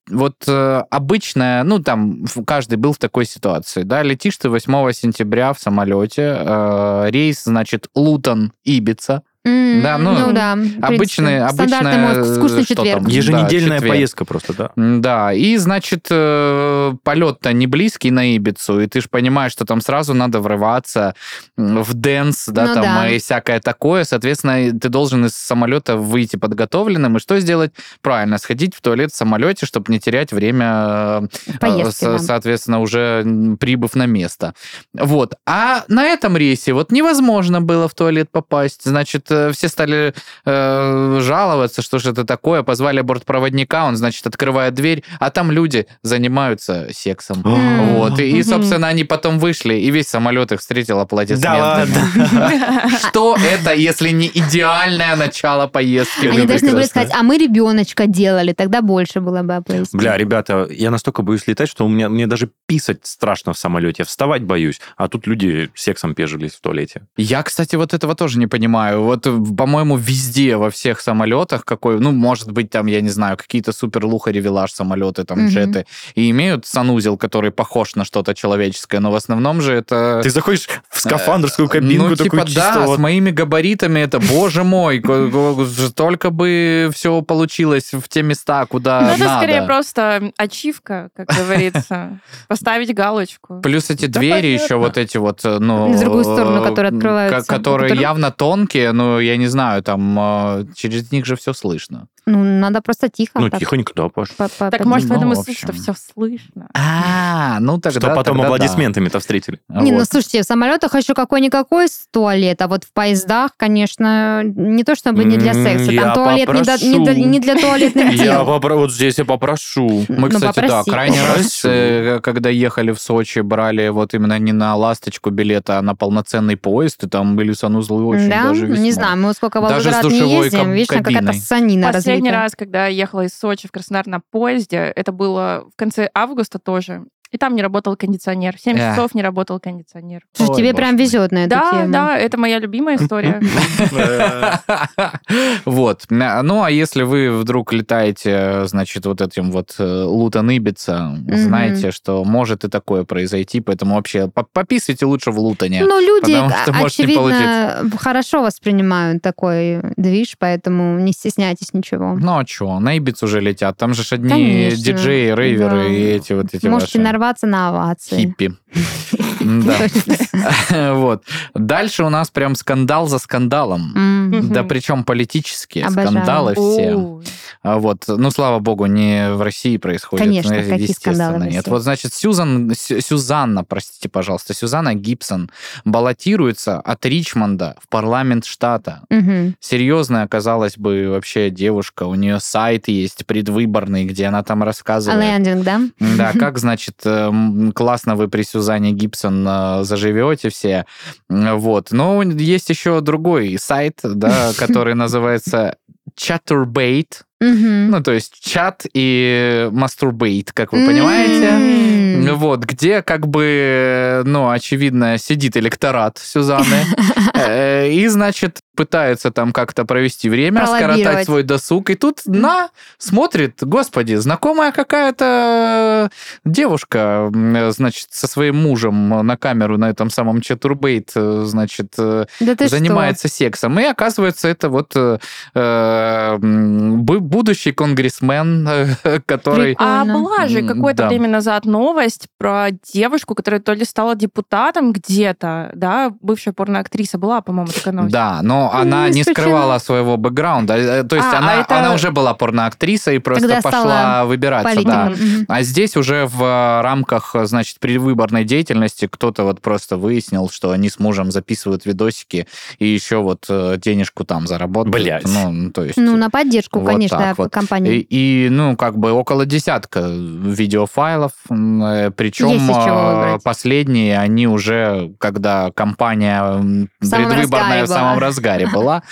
[SPEAKER 2] вот э, обычно, ну, там, ф- каждый был в такой ситуации, да, летишь ты 8 сентября в самолете, э, рейс, значит, Лутон-Ибица,
[SPEAKER 1] М,
[SPEAKER 2] Да, ну,
[SPEAKER 1] да, в принципе.
[SPEAKER 2] обычный-
[SPEAKER 1] Стандартный
[SPEAKER 2] обычная,
[SPEAKER 1] мозг, скучный
[SPEAKER 2] что
[SPEAKER 1] четверг.
[SPEAKER 2] там,
[SPEAKER 4] Еженедельная
[SPEAKER 2] четверг.
[SPEAKER 4] поездка просто, да.
[SPEAKER 2] Да, и значит, э, полет-то не близкий на Ибицу, и ты же понимаешь, что там сразу надо врываться м, в дэнс, да,
[SPEAKER 1] Ну
[SPEAKER 2] там
[SPEAKER 1] да.
[SPEAKER 2] и всякое такое. Соответственно, и ты должен из самолета выйти подготовленным. И что сделать? Правильно, сходить в туалет в самолете, чтобы не терять время, э,
[SPEAKER 1] Поездки,
[SPEAKER 2] со-
[SPEAKER 1] да.
[SPEAKER 2] соответственно, уже м, прибыв на место. Вот. А на этом рейсе вот невозможно было в туалет попасть. Значит, э, все стали э, жаловаться, что же это такое. Позвали бортпроводника, он, значит, открывает дверь, а там люди занимаются сексом.
[SPEAKER 1] М.
[SPEAKER 2] Вот. И, и,
[SPEAKER 3] Мгм.
[SPEAKER 2] собственно, они потом вышли, и весь самолет их встретил аплодисментами.
[SPEAKER 4] Да ладно.
[SPEAKER 2] Что это, если не идеальное начало поездки?
[SPEAKER 1] Они
[SPEAKER 2] Вы
[SPEAKER 1] должны были
[SPEAKER 2] прекрасно.
[SPEAKER 1] сказать, а мы ребеночка делали, тогда больше было бы аплодисментов.
[SPEAKER 4] Бля, ребята, я настолько боюсь летать, что у меня, мне даже писать страшно в самолете, я вставать боюсь. А тут люди сексом пежились в туалете.
[SPEAKER 2] Я, кстати, вот этого тоже не понимаю. Вот, э, по-моему, везде, во всех самолетах, какой, ну, может быть, там, я не знаю, какие-то супер лухаревелаж самолеты, там,
[SPEAKER 1] Мгм.
[SPEAKER 2] джеты, и имеют санузел, который похож на что-то человеческое, но в основном же это...
[SPEAKER 4] Ты заходишь в скафандрскую кабинку,
[SPEAKER 2] ну,
[SPEAKER 4] такую
[SPEAKER 2] типа, да, с моими габаритами это, боже мой, ко- ко- только бы все получилось в те места, куда
[SPEAKER 3] Ну,
[SPEAKER 2] надо.
[SPEAKER 3] это скорее просто ачивка, как говорится. Поставить галочку.
[SPEAKER 2] Плюс эти
[SPEAKER 4] Да,
[SPEAKER 2] двери
[SPEAKER 4] понятно.
[SPEAKER 2] еще вот эти вот, э, ну...
[SPEAKER 1] В другую сторону,
[SPEAKER 2] э,
[SPEAKER 1] которые
[SPEAKER 2] ко-
[SPEAKER 1] открываются.
[SPEAKER 2] Которые
[SPEAKER 1] Которые-
[SPEAKER 2] явно тонкие, но я не знаю, там э, через них же все слышно.
[SPEAKER 1] Ну, надо просто тихо.
[SPEAKER 4] Ну,
[SPEAKER 1] так
[SPEAKER 4] тихонько, да, Паш.
[SPEAKER 1] по- по-
[SPEAKER 3] Так,
[SPEAKER 1] по-
[SPEAKER 3] может, в
[SPEAKER 2] ну,
[SPEAKER 3] этом и
[SPEAKER 2] в
[SPEAKER 3] суть, что
[SPEAKER 2] общем.
[SPEAKER 3] все слышно.
[SPEAKER 2] А, ну тогда...
[SPEAKER 4] Что потом
[SPEAKER 2] тогда да.
[SPEAKER 4] аплодисментами-то встретили.
[SPEAKER 1] Не, ну
[SPEAKER 2] А Вот.
[SPEAKER 1] слушайте, в самолетах еще какой-никакой с- туалет, а вот в поездах, конечно, не то чтобы не для
[SPEAKER 4] М,
[SPEAKER 1] секса, там
[SPEAKER 4] я
[SPEAKER 1] туалет не, до- не до-
[SPEAKER 4] попрошу.
[SPEAKER 1] не для туалетных
[SPEAKER 4] Я
[SPEAKER 1] дел.
[SPEAKER 4] попро- вот здесь я попрошу.
[SPEAKER 2] Мы,
[SPEAKER 1] Ну,
[SPEAKER 2] кстати, да,
[SPEAKER 1] попроси.
[SPEAKER 2] крайний раз,
[SPEAKER 4] Попросил.
[SPEAKER 2] э, когда ехали в Сочи, брали вот именно не на ласточку билета, а на полноценный поезд, и там были санузлы очень
[SPEAKER 1] Да,
[SPEAKER 2] даже весьма.
[SPEAKER 1] не знаю, мы вот сколько в
[SPEAKER 2] Даже с
[SPEAKER 1] Волгоград не
[SPEAKER 2] душевой
[SPEAKER 1] ездим,
[SPEAKER 2] каб-
[SPEAKER 1] вечно какая-то
[SPEAKER 2] кабиной.
[SPEAKER 1] санина
[SPEAKER 3] Последний
[SPEAKER 1] разлита.
[SPEAKER 3] раз, когда я ехала из Сочи в Краснодар на поезде, это было в конце августа тоже. И там не работал кондиционер. Семь
[SPEAKER 2] Эх.
[SPEAKER 3] часов не работал кондиционер.
[SPEAKER 1] Слушай,
[SPEAKER 2] Ой,
[SPEAKER 1] тебе
[SPEAKER 2] боже
[SPEAKER 1] прям
[SPEAKER 2] мой.
[SPEAKER 1] везет на эту
[SPEAKER 3] да,
[SPEAKER 1] тему.
[SPEAKER 3] да, это моя любимая история.
[SPEAKER 4] Э, а
[SPEAKER 2] Вот. На- Ну, а если вы вдруг летаете, значит, вот этим вот э, Лутон Ибица, знаете, что может и такое произойти, поэтому вообще по- пописывайте лучше в Лутоне.
[SPEAKER 1] Ну, люди,
[SPEAKER 2] потому что
[SPEAKER 1] о-
[SPEAKER 2] может не
[SPEAKER 1] очевидно, хорошо воспринимают такой движ, поэтому не стесняйтесь ничего.
[SPEAKER 2] Ну, а что, на Ибицу уже летят, там же ж одни
[SPEAKER 1] Конечно.
[SPEAKER 2] диджеи, рейверы
[SPEAKER 1] Да.
[SPEAKER 2] и эти вот эти
[SPEAKER 1] Можете
[SPEAKER 2] ваши
[SPEAKER 1] нарваться на овации.
[SPEAKER 2] хиппи. Да.
[SPEAKER 1] Точно.
[SPEAKER 2] Вот. Дальше у нас прям скандал за скандалом.
[SPEAKER 1] М.
[SPEAKER 2] Да причем политические
[SPEAKER 1] Обожаю.
[SPEAKER 2] скандалы все.
[SPEAKER 3] Оу.
[SPEAKER 2] А Вот, ну, слава богу, не в России происходит.
[SPEAKER 1] Конечно,
[SPEAKER 2] Ну,
[SPEAKER 1] какие
[SPEAKER 2] естественно,
[SPEAKER 1] скандалы в России.
[SPEAKER 2] нет. Вот, значит, Сюзан, Сю- Сюзанна, простите, пожалуйста, Сюзанна Гибсон баллотируется от Ричмонда в парламент штата.
[SPEAKER 1] Мгм.
[SPEAKER 2] Серьезная, казалось бы, вообще девушка. У нее сайт есть предвыборный, где она там рассказывает.
[SPEAKER 1] Лендинг, да?
[SPEAKER 2] Да, как, значит, эм, классно вы при Сюзанне Гибсон э, заживете все. М, Вот. Но есть еще другой сайт, да, который называется Chatterbait.
[SPEAKER 1] Мгм.
[SPEAKER 2] Ну, то есть чат и мастурбейт, как вы
[SPEAKER 1] М.
[SPEAKER 2] понимаете.
[SPEAKER 1] М. Мгм.
[SPEAKER 2] Вот, где как бы, ну, очевидно, сидит электорат Сюзанны э, и, значит, пытается там как-то провести время, скоротать
[SPEAKER 1] Пролоббировать.
[SPEAKER 2] свой досуг. И тут, на, смотрит, господи, знакомая какая-то девушка, э, значит, со своим мужем на камеру на этом самом Чатурбейт, э, значит, э,
[SPEAKER 1] Да ты что?
[SPEAKER 2] занимается сексом. И оказывается, это вот э, э, м, бу- будущий конгрессмен, э, который...
[SPEAKER 3] А
[SPEAKER 1] Прикольно.
[SPEAKER 3] была же
[SPEAKER 2] М,
[SPEAKER 3] какое-то
[SPEAKER 2] да.
[SPEAKER 3] время назад новость про девушку, которая то ли стала депутатом где-то, да, бывшая порноактриса была, по-моему, такая новость.
[SPEAKER 2] Да, но она не
[SPEAKER 3] исключено.
[SPEAKER 2] скрывала своего бэкграунда. Э, То есть
[SPEAKER 3] А,
[SPEAKER 2] она,
[SPEAKER 3] а это-
[SPEAKER 2] она уже была порноактриса и просто
[SPEAKER 1] Тогда стала
[SPEAKER 2] пошла выбираться.
[SPEAKER 1] Политиком.
[SPEAKER 2] Да.
[SPEAKER 1] Мгм.
[SPEAKER 2] А здесь уже в э, рамках, э, значит, предвыборной деятельности кто-то вот просто выяснил, что они с мужем записывают видосики и еще вот э, денежку там заработают.
[SPEAKER 4] Блядь.
[SPEAKER 2] Ну, то есть...
[SPEAKER 1] Ну, на поддержку,
[SPEAKER 2] Вот
[SPEAKER 1] конечно,
[SPEAKER 2] так вот.
[SPEAKER 1] компании.
[SPEAKER 2] И, и, ну, как бы около десятка видеофайлов. м, э, Причем
[SPEAKER 1] Есть из чего
[SPEAKER 2] э,
[SPEAKER 1] выбрать.
[SPEAKER 2] последние, они уже, когда компания м,
[SPEAKER 1] В самом
[SPEAKER 2] предвыборная
[SPEAKER 1] разгаре
[SPEAKER 2] в самом
[SPEAKER 1] была.
[SPEAKER 2] разгаре была.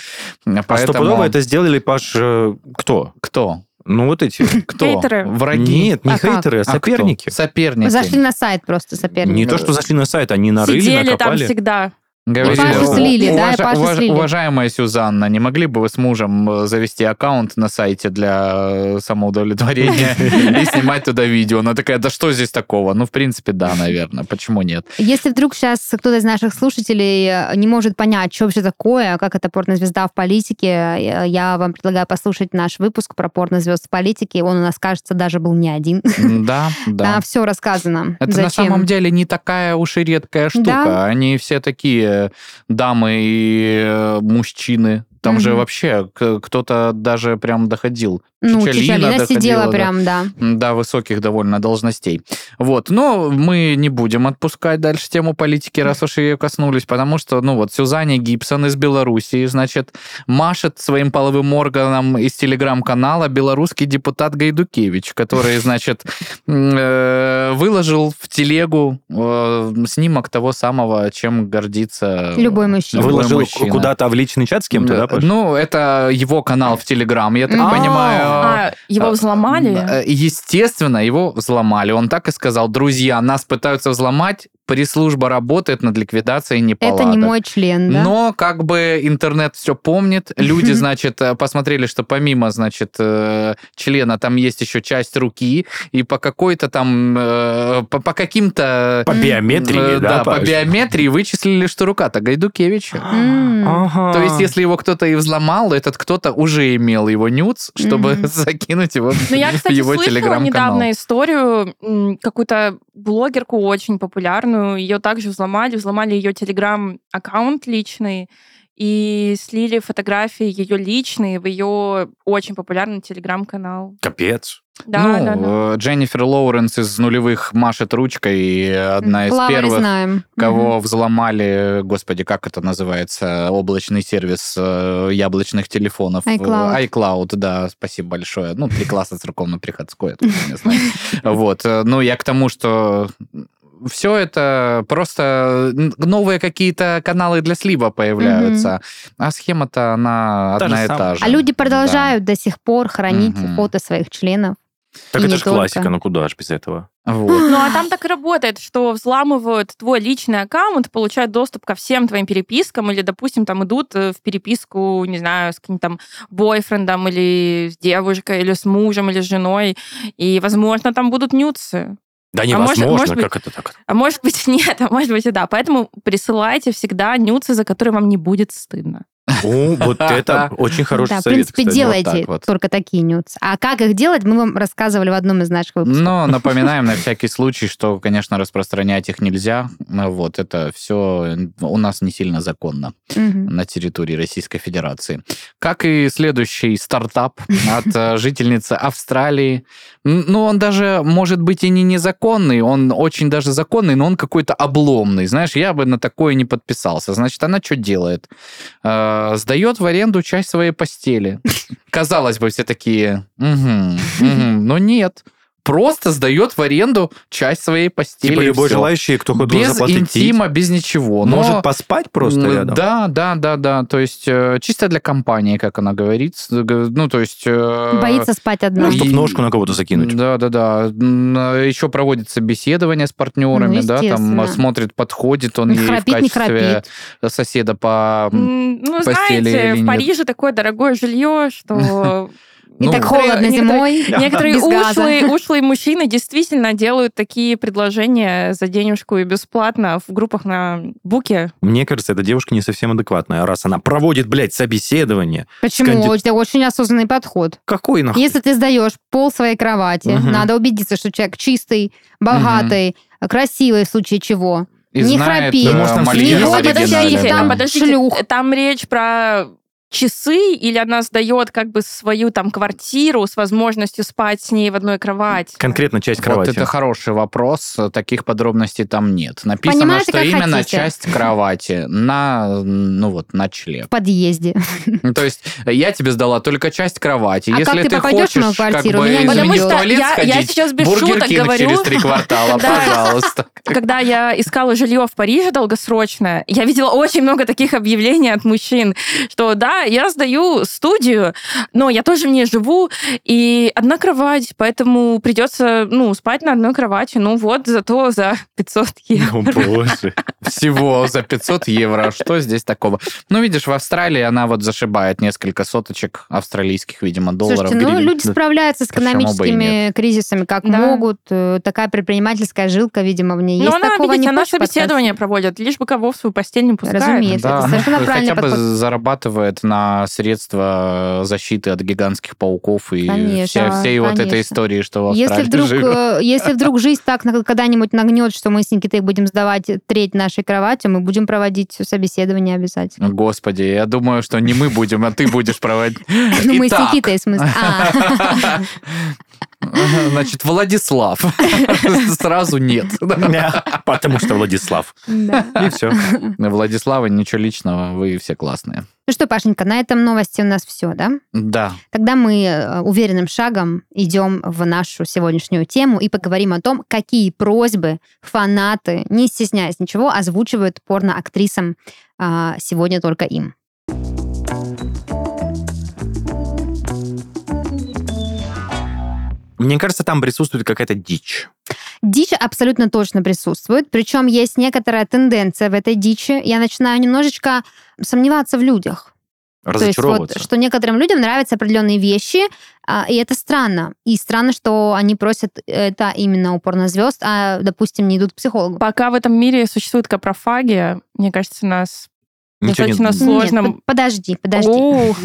[SPEAKER 4] А
[SPEAKER 2] Поэтому
[SPEAKER 4] стопудово это сделали, Паш, э, кто?
[SPEAKER 2] кто?
[SPEAKER 4] Ну, вот эти.
[SPEAKER 2] Кто?
[SPEAKER 3] Хейтеры.
[SPEAKER 2] Враги?
[SPEAKER 4] Нет, не
[SPEAKER 1] А как?
[SPEAKER 4] хейтеры, а
[SPEAKER 2] А кто?
[SPEAKER 4] соперники.
[SPEAKER 2] Соперники.
[SPEAKER 1] Зашли на сайт просто соперника.
[SPEAKER 4] Не то, что зашли на сайт, они нарыли,
[SPEAKER 3] Сидели там
[SPEAKER 4] накопали.
[SPEAKER 3] всегда.
[SPEAKER 2] Говорили,
[SPEAKER 4] И Пашу
[SPEAKER 2] «О,
[SPEAKER 1] слили, да, и Пашу слили».
[SPEAKER 2] Уважаемая Сюзанна, не могли бы вы с мужем э, завести аккаунт на сайте для э, самоудовлетворения и снимать туда видео? Она такая, да что здесь такого? Ну, в принципе, да, наверное. Почему нет?
[SPEAKER 1] Если вдруг сейчас кто-то из наших слушателей э, не может понять, что вообще такое, как это порнозвезда в политике, э, я вам предлагаю послушать наш выпуск про порнозвезд в политике. Он у нас, кажется, даже был не один.
[SPEAKER 2] Да, да.
[SPEAKER 1] Там все рассказано.
[SPEAKER 2] Это на
[SPEAKER 1] Зачем?
[SPEAKER 2] самом деле не такая уж и редкая штука.
[SPEAKER 1] Да.
[SPEAKER 2] Они все такие э, дамы и э, мужчины. Там же
[SPEAKER 1] Мгм.
[SPEAKER 2] вообще к- кто-то даже прям доходил.
[SPEAKER 1] Ну,
[SPEAKER 2] Чичалина
[SPEAKER 1] Чичалина
[SPEAKER 2] доходила,
[SPEAKER 1] сидела
[SPEAKER 2] да.
[SPEAKER 1] прям, да.
[SPEAKER 2] до высоких довольно должностей. Вот, но мы не будем отпускать дальше тему политики, раз уж ее коснулись, потому что, ну вот, Сюзанне Гибсон из Белоруссии, значит, машет своим половым органом из телеграм-канала белорусский депутат Гайдукевич, который, значит, м, э, выложил в телегу э, снимок того самого, чем гордится
[SPEAKER 1] Любой мужчина.
[SPEAKER 2] любой
[SPEAKER 4] Выложил
[SPEAKER 2] мужчина.
[SPEAKER 4] куда-то в личный чат с кем-то, да, Паш?
[SPEAKER 2] Ну, это его канал в Телеграм, я так
[SPEAKER 1] Мгм.
[SPEAKER 2] понимаю.
[SPEAKER 3] А, его
[SPEAKER 2] А,
[SPEAKER 3] взломали?
[SPEAKER 2] Э, Естественно, его взломали. Он так и сказал, друзья, нас пытаются взломать, пресс-служба работает над ликвидацией неполадок.
[SPEAKER 1] Это не мой член, да?
[SPEAKER 2] Но как бы интернет все помнит. Люди,
[SPEAKER 1] Мгм.
[SPEAKER 2] значит, э, посмотрели, что помимо, значит, э, члена там есть еще часть руки, и по какой-то там, э, по, по каким-то...
[SPEAKER 4] По биометрии,
[SPEAKER 2] э,
[SPEAKER 4] да,
[SPEAKER 2] по
[SPEAKER 4] Паш?
[SPEAKER 2] биометрии вычислили, что рука-то Гайдукевича.
[SPEAKER 1] М.
[SPEAKER 3] А.
[SPEAKER 4] Ага.
[SPEAKER 2] То есть, если его кто-то и взломал, этот кто-то уже имел его нюц, чтобы
[SPEAKER 1] Мгм.
[SPEAKER 2] закинуть его
[SPEAKER 3] Ну, я,
[SPEAKER 2] в
[SPEAKER 3] кстати,
[SPEAKER 2] его
[SPEAKER 3] слышала
[SPEAKER 2] телеграм-канал.
[SPEAKER 3] недавно историю, м, какую-то блогерку очень популярную, ее также взломали, взломали ее телеграм-аккаунт личный, и слили фотографии ее личные в ее очень популярный телеграм-канал.
[SPEAKER 4] Капец.
[SPEAKER 3] Да,
[SPEAKER 2] ну,
[SPEAKER 3] да, да.
[SPEAKER 2] э, Дженнифер Лоуренс из нулевых машет ручкой, и одна из
[SPEAKER 1] Плавали
[SPEAKER 2] первых,
[SPEAKER 1] знаем.
[SPEAKER 2] кого взломали, господи, как это называется, облачный сервис э, яблочных телефонов. Э,
[SPEAKER 1] iCloud.
[SPEAKER 2] iCloud, да, спасибо большое. Ну, три класса с руком на Приходской, это я не знаю. Вот, э, ну, я к тому, что все это просто н- новые какие-то каналы для слива появляются, а схема-то она
[SPEAKER 4] Та же
[SPEAKER 2] одна и та
[SPEAKER 4] самая.
[SPEAKER 2] же.
[SPEAKER 1] А люди
[SPEAKER 2] Да.
[SPEAKER 1] продолжают до сих пор хранить
[SPEAKER 2] Мгм.
[SPEAKER 1] фото своих членов.
[SPEAKER 4] Так
[SPEAKER 1] И
[SPEAKER 4] это
[SPEAKER 1] не
[SPEAKER 4] же
[SPEAKER 1] только.
[SPEAKER 4] классика, ну куда ж без этого?
[SPEAKER 2] Вот.
[SPEAKER 3] Ну, а там так и работает, что взламывают твой личный аккаунт, получают доступ ко всем твоим перепискам, или, допустим, там идут э, в переписку, не знаю, с каким-то там бойфрендом, или с девушкой, или с мужем, или с женой, и, возможно, там будут нюцы.
[SPEAKER 4] Да
[SPEAKER 2] А
[SPEAKER 3] невозможно,
[SPEAKER 4] невозможно,
[SPEAKER 3] может быть-
[SPEAKER 4] как это так?
[SPEAKER 3] А может быть, нет, а может быть, и да. Поэтому присылайте всегда нюцы, за которые вам не будет стыдно.
[SPEAKER 4] О, вот это очень хороший
[SPEAKER 1] да, в
[SPEAKER 4] совет,
[SPEAKER 1] принципе,
[SPEAKER 4] кстати.
[SPEAKER 1] делайте
[SPEAKER 2] вот так вот.
[SPEAKER 1] только такие нюц. А как их делать, мы вам рассказывали в одном из наших выпусков.
[SPEAKER 2] Но напоминаем на всякий случай, что, конечно, распространять их нельзя. Ну, Вот это все у нас не сильно законно
[SPEAKER 1] Мгм.
[SPEAKER 2] на территории Российской Федерации. Как и следующий стартап от э, жительницы Австралии. М, Ну, он даже, может быть, и не незаконный, он очень даже законный, но он какой-то обломный. Знаешь, я бы на такое не подписался. Значит, она что делает? Э, Сдает в аренду часть своей постели. Казалось бы, все такие, «Мгм, мгм». но нет. просто сдает в аренду часть своей постели.
[SPEAKER 4] Типа
[SPEAKER 2] и
[SPEAKER 4] любой
[SPEAKER 2] всё.
[SPEAKER 4] желающий, кто хоть должен
[SPEAKER 2] Без
[SPEAKER 4] заплатить
[SPEAKER 2] интима, без ничего.
[SPEAKER 4] тить,
[SPEAKER 2] Но-
[SPEAKER 4] может поспать просто
[SPEAKER 2] М,
[SPEAKER 4] рядом.
[SPEAKER 2] Да, да, да, да. То есть э, чисто для компании, как она говорит. С- г- Ну, то есть... э,
[SPEAKER 1] Боится спать одна.
[SPEAKER 4] Ну,
[SPEAKER 2] и-
[SPEAKER 4] чтоб ножку на кого-то закинуть.
[SPEAKER 2] Да, да, да. Еще проводит собеседование с
[SPEAKER 1] Ну,
[SPEAKER 2] партнерами, да, там
[SPEAKER 1] естественно.
[SPEAKER 2] э, смотрит, подходит он
[SPEAKER 1] Не
[SPEAKER 2] ей в
[SPEAKER 1] храпит, не
[SPEAKER 2] качестве
[SPEAKER 1] храпит.
[SPEAKER 2] соседа по... м,
[SPEAKER 3] М, Ну,
[SPEAKER 2] постели или
[SPEAKER 3] знаете, в
[SPEAKER 2] нет?
[SPEAKER 3] Париже такое дорогое жилье, что...
[SPEAKER 1] И
[SPEAKER 2] Ну,
[SPEAKER 1] так холодно
[SPEAKER 3] некоторые-
[SPEAKER 1] зимой.
[SPEAKER 3] Некоторые
[SPEAKER 1] Без газа.
[SPEAKER 3] ушлые, ушлые мужчины действительно делают такие предложения за денежку и бесплатно в группах на буке.
[SPEAKER 4] Мне кажется, эта девушка не совсем адекватная, раз она проводит, блядь, собеседование.
[SPEAKER 1] Почему?
[SPEAKER 4] Сканди-
[SPEAKER 1] Это очень осознанный подход.
[SPEAKER 4] Какой нахуй?
[SPEAKER 1] Если ты сдаешь пол своей кровати,
[SPEAKER 4] Мгм.
[SPEAKER 1] надо убедиться, что человек чистый, богатый, э, красивый в случае чего.
[SPEAKER 2] и
[SPEAKER 1] не
[SPEAKER 2] знает,
[SPEAKER 1] храпит.
[SPEAKER 2] э,
[SPEAKER 1] Да
[SPEAKER 4] Ну, может, там
[SPEAKER 2] мальчишек
[SPEAKER 3] Ну,
[SPEAKER 4] Не ходит
[SPEAKER 2] оригинальных,
[SPEAKER 1] всяких
[SPEAKER 2] да.
[SPEAKER 1] там шлюх.
[SPEAKER 3] там речь про часы, или она сдает как бы свою там квартиру с возможностью спать с ней в одной кровати?
[SPEAKER 4] Конкретно часть
[SPEAKER 2] Вот
[SPEAKER 4] кровати.
[SPEAKER 2] это хороший вопрос, таких подробностей там нет. Написано,
[SPEAKER 1] Понимаете,
[SPEAKER 2] что
[SPEAKER 1] как
[SPEAKER 2] именно
[SPEAKER 1] хотите.
[SPEAKER 2] часть кровати на, ну вот, ночлег.
[SPEAKER 1] В подъезде.
[SPEAKER 2] Ну, То есть я тебе сдала только часть кровати.
[SPEAKER 1] А
[SPEAKER 2] Если
[SPEAKER 1] как ты
[SPEAKER 2] ты
[SPEAKER 1] попадешь в
[SPEAKER 2] хочешь,
[SPEAKER 1] мою квартиру?
[SPEAKER 2] как бы,
[SPEAKER 1] Меня не
[SPEAKER 2] извини,
[SPEAKER 1] Потому
[SPEAKER 2] в
[SPEAKER 1] что
[SPEAKER 2] туалет
[SPEAKER 3] я- я
[SPEAKER 2] сходить,
[SPEAKER 3] сейчас без
[SPEAKER 2] Бургер
[SPEAKER 3] шуток
[SPEAKER 2] Кинг
[SPEAKER 3] говорю.
[SPEAKER 2] через три квартала,
[SPEAKER 3] Да.
[SPEAKER 2] пожалуйста.
[SPEAKER 3] А Когда я искала жилье в Париже долгосрочное, я видела очень много таких объявлений от мужчин, что да, я сдаю студию, но я тоже в ней живу, и одна кровать, поэтому придется ну, спать на одной кровати. Ну вот, зато за 500 евро.
[SPEAKER 4] О, Ну, боже.
[SPEAKER 2] Всего за 500 евро. А Что здесь такого? Ну, видишь, в Австралии она вот зашибает несколько соточек австралийских, видимо, долларов,
[SPEAKER 1] Слушайте, ну
[SPEAKER 2] гривен.
[SPEAKER 1] люди справляются с
[SPEAKER 2] Почему бы и
[SPEAKER 1] экономическими кризисами как
[SPEAKER 3] Да.
[SPEAKER 1] могут. Э, Такая предпринимательская жилка, видимо, в ней есть.
[SPEAKER 3] Но она,
[SPEAKER 1] такого не
[SPEAKER 3] видите, она
[SPEAKER 1] хочешь подкаст?
[SPEAKER 3] собеседование проводит, лишь бы кого в свою постель не пускает.
[SPEAKER 1] Разумеется. Нет, это
[SPEAKER 2] Да,
[SPEAKER 1] совершенно
[SPEAKER 2] ну,
[SPEAKER 1] правильный
[SPEAKER 2] хотя бы
[SPEAKER 1] подход.
[SPEAKER 2] зарабатывает на средства защиты от гигантских пауков и
[SPEAKER 1] Конечно,
[SPEAKER 2] вся- всей вот этой
[SPEAKER 1] конечно.
[SPEAKER 2] истории, что в
[SPEAKER 1] Если
[SPEAKER 2] Австралии
[SPEAKER 1] вдруг,
[SPEAKER 2] живут.
[SPEAKER 1] э, если вдруг жизнь так на- когда-нибудь нагнет, что мы с Никитой будем сдавать треть нашей кровати, мы будем проводить собеседование обязательно.
[SPEAKER 2] Господи, я думаю, что не мы будем, а ты будешь проводить.
[SPEAKER 1] Ну, мы с
[SPEAKER 2] Итак.
[SPEAKER 1] Никитой, в смысле. А.
[SPEAKER 2] Значит, Владислав. Сразу нет.
[SPEAKER 4] Потому что Владислав.
[SPEAKER 1] Да.
[SPEAKER 4] И все.
[SPEAKER 2] Владислава, ничего личного, вы все классные.
[SPEAKER 1] Ну что, Пашенька, на этом новости у нас все, да?
[SPEAKER 2] Да.
[SPEAKER 1] Тогда мы э, уверенным шагом идем в нашу сегодняшнюю тему и поговорим о том, какие просьбы фанаты, не стесняясь ничего, озвучивают порно-актрисам а, сегодня только им.
[SPEAKER 4] Мне кажется, там присутствует какая-то дичь.
[SPEAKER 1] Дичь абсолютно точно присутствует, причем есть некоторая тенденция в этой дичи. Я начинаю немножечко сомневаться в людях. То есть вот,
[SPEAKER 4] Разочаровываться.
[SPEAKER 1] что некоторым людям нравятся определенные вещи, а, и это странно. И странно, что они просят это именно у порнозвезд, а, допустим, не идут к психологу.
[SPEAKER 3] Пока в этом мире существует капрофагия, мне кажется, нас
[SPEAKER 4] Ничего не-
[SPEAKER 3] достаточно
[SPEAKER 1] Нет,
[SPEAKER 3] сложно.
[SPEAKER 1] под- подожди, подожди.
[SPEAKER 3] О,